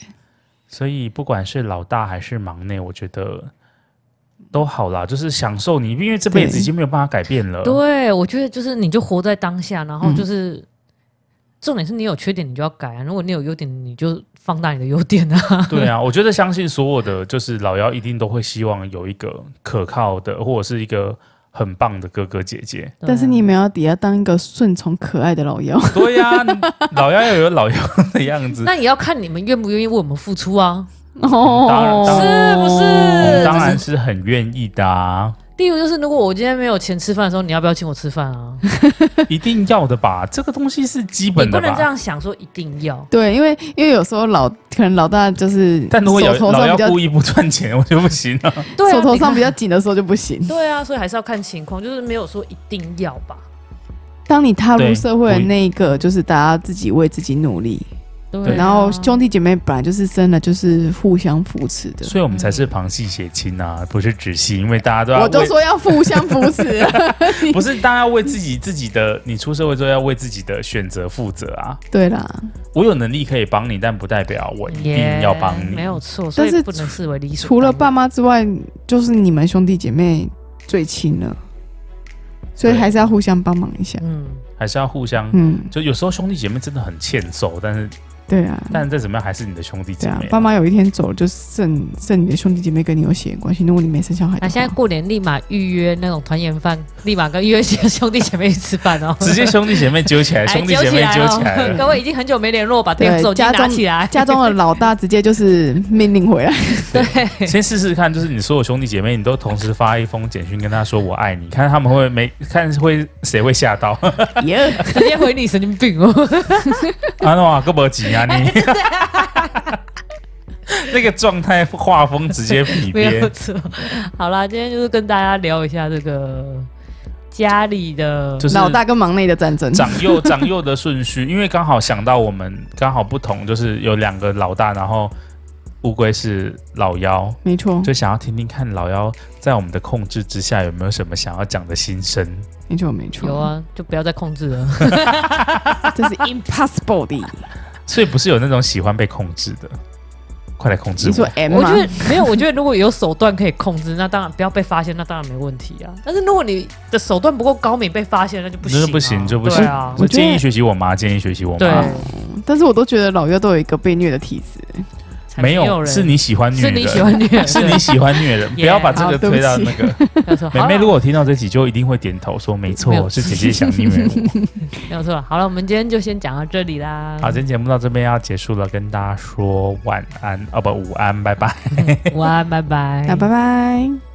Speaker 1: 所以不管是老大还是忙内，我觉得都好啦，就是享受你，因为这辈子
Speaker 3: 对
Speaker 1: 已经没有办法改变了。
Speaker 2: 对，我觉得就是你就活在当下，然后
Speaker 3: 嗯
Speaker 2: 就是、重点是你有缺点你就要改啊，如果你有优点你就放大你的优点啊。
Speaker 1: 对啊，我觉得相信所有的就是老幺一定都会希望有一个可靠的，或者是一个很棒的哥哥姐 姐。
Speaker 3: 但是你
Speaker 2: 没
Speaker 3: 们要底要当一个顺从可爱的老妖，
Speaker 1: 对呀、你老幺要有老幺的样 子。
Speaker 2: 啊那也要看你们愿不愿意为我们付出啊。
Speaker 1: 当然
Speaker 2: 是不是
Speaker 1: 我们当
Speaker 2: 这
Speaker 1: 然是很愿意的、啊，
Speaker 2: 例如就是，如果我今天没有钱吃饭的时候，你要不要请我吃饭 啊？
Speaker 1: 一定要的吧？这个东西是基
Speaker 2: 你
Speaker 1: 本
Speaker 2: 不
Speaker 1: 的
Speaker 2: 能这
Speaker 1: 吧？
Speaker 2: 样想，说一定要。
Speaker 3: 对，因为因为有时候老可能老大就是
Speaker 1: 但如果有
Speaker 3: 手头
Speaker 1: 老
Speaker 3: 上
Speaker 1: 幺
Speaker 3: 比较
Speaker 1: 故意不赚钱， 我就不行 了。
Speaker 2: 对啊，
Speaker 3: 手头上
Speaker 2: 你看
Speaker 3: 比较紧的时候就不行。
Speaker 2: 对啊，所以还是要看情况，就是没有说一定要吧。
Speaker 3: 当你踏入社会的
Speaker 1: 对
Speaker 3: 那一个，就是大家自己为自己努力，
Speaker 2: 对啊，
Speaker 1: 对
Speaker 3: 然后兄弟姐妹本来就是真的就是互相扶持的。
Speaker 1: 所以我们才是旁系血亲啊，不是直系，因为大家都要
Speaker 3: 我都
Speaker 1: 为
Speaker 3: 说要互相扶持 啊，
Speaker 1: 不是大家要为自己 自己的，你出社会之后要为自己的选择负责啊。
Speaker 3: 对啦，
Speaker 1: 我有能力可以帮你，但不代表我一定要帮你。
Speaker 2: 没有错，所
Speaker 3: 但
Speaker 2: 以
Speaker 3: 是
Speaker 2: 不能视为理所
Speaker 3: 除了
Speaker 2: 当然
Speaker 3: 爸妈之外，就是你们兄弟姐妹最亲了，所以
Speaker 1: 对
Speaker 3: 还是要互相帮忙一下。
Speaker 2: 嗯，
Speaker 1: 还是要互相。
Speaker 3: 嗯，
Speaker 1: 就有时候兄弟姐妹真的很欠揍，但是
Speaker 3: 对啊，
Speaker 1: 但再怎么样还是你的兄弟姐
Speaker 3: 对啊
Speaker 1: 妹。，
Speaker 3: 爸妈有一天走了，就剩剩你的兄弟姐妹跟你有血缘关系。如果你没生小孩
Speaker 2: 那
Speaker 3: 的
Speaker 2: 现在
Speaker 3: 话，
Speaker 2: 过年立马预约那种团圆饭，立马跟约兄弟姐妹去吃饭哦，哎
Speaker 1: 直接兄弟姐妹揪
Speaker 3: 哎
Speaker 1: 起来，兄弟姐妹揪起来
Speaker 2: 哦！
Speaker 1: 了。
Speaker 2: 各位已经很久没联络，把
Speaker 3: 对
Speaker 2: 电手机
Speaker 3: 家
Speaker 2: 拿
Speaker 3: 中
Speaker 2: 起来，
Speaker 3: 家中的老大直接就是命令 回来，
Speaker 2: 对，
Speaker 1: 先试试看，就是你所有兄弟姐妹，你都同时发一封简讯跟他说我爱你，看他们会没看会谁会吓到。 啊
Speaker 3: 耶！
Speaker 2: 直接回你神经 病哦！
Speaker 1: 诺啊，够不急啊你， 那个状态画风直接匹
Speaker 2: 没有
Speaker 1: 变。
Speaker 2: 错。好啦，今天就是跟大家聊一下这个家里的，
Speaker 1: 就是
Speaker 3: 老大跟忙内的战争，
Speaker 1: 长幼长幼的顺序，因为刚好想到我们刚好不同，就是有两个老大，然后乌龟是老妖，
Speaker 3: 没错，
Speaker 1: 就想要听听看老妖在我们的控制之下有没有什么想要讲的心声。
Speaker 3: 没错，没错。
Speaker 2: 有，啊，就不要再控制了。
Speaker 3: 这是 impossible 的。
Speaker 1: 所以不是有那种喜欢被控制的，快来控制
Speaker 3: 你说
Speaker 1: 我！
Speaker 3: M 啊
Speaker 2: 我
Speaker 3: 吗
Speaker 2: 觉？得没有，我觉得如果有手段可以控制，那当然不要被发现，那当然没问题啊。但是如果你的手段不够高明，被发现那就不行、
Speaker 1: 真
Speaker 2: 啊，
Speaker 1: 的不行，就不行
Speaker 2: 对啊。
Speaker 1: 我
Speaker 3: 我觉得
Speaker 1: 建议学习我妈，建议学习我
Speaker 2: 对
Speaker 1: 妈。
Speaker 3: 但是我都觉得老妖都有一个被虐的体质。
Speaker 2: 才
Speaker 1: 没有，
Speaker 2: 有，
Speaker 1: 是你喜欢女
Speaker 2: 是
Speaker 1: 人，
Speaker 2: 你喜欢女人，
Speaker 1: 是你喜欢虐 人，不要把这个
Speaker 3: 好对不
Speaker 1: 推到那
Speaker 3: 起
Speaker 1: 个。
Speaker 2: 没有错。
Speaker 1: 妹
Speaker 2: 好
Speaker 1: 妹
Speaker 2: 了
Speaker 1: 如果听到这集，就一定会点头说：“没
Speaker 2: 没
Speaker 1: 错，
Speaker 2: 有
Speaker 1: 是姐姐想虐 我。
Speaker 2: 没有错，好了，我们今天就先讲到这里啦”。
Speaker 1: 好，今天节目到这边要结束了，跟大家说晚安，哦不，午安，拜拜。
Speaker 3: 哎
Speaker 2: 晚安，拜拜，
Speaker 3: 那拜拜。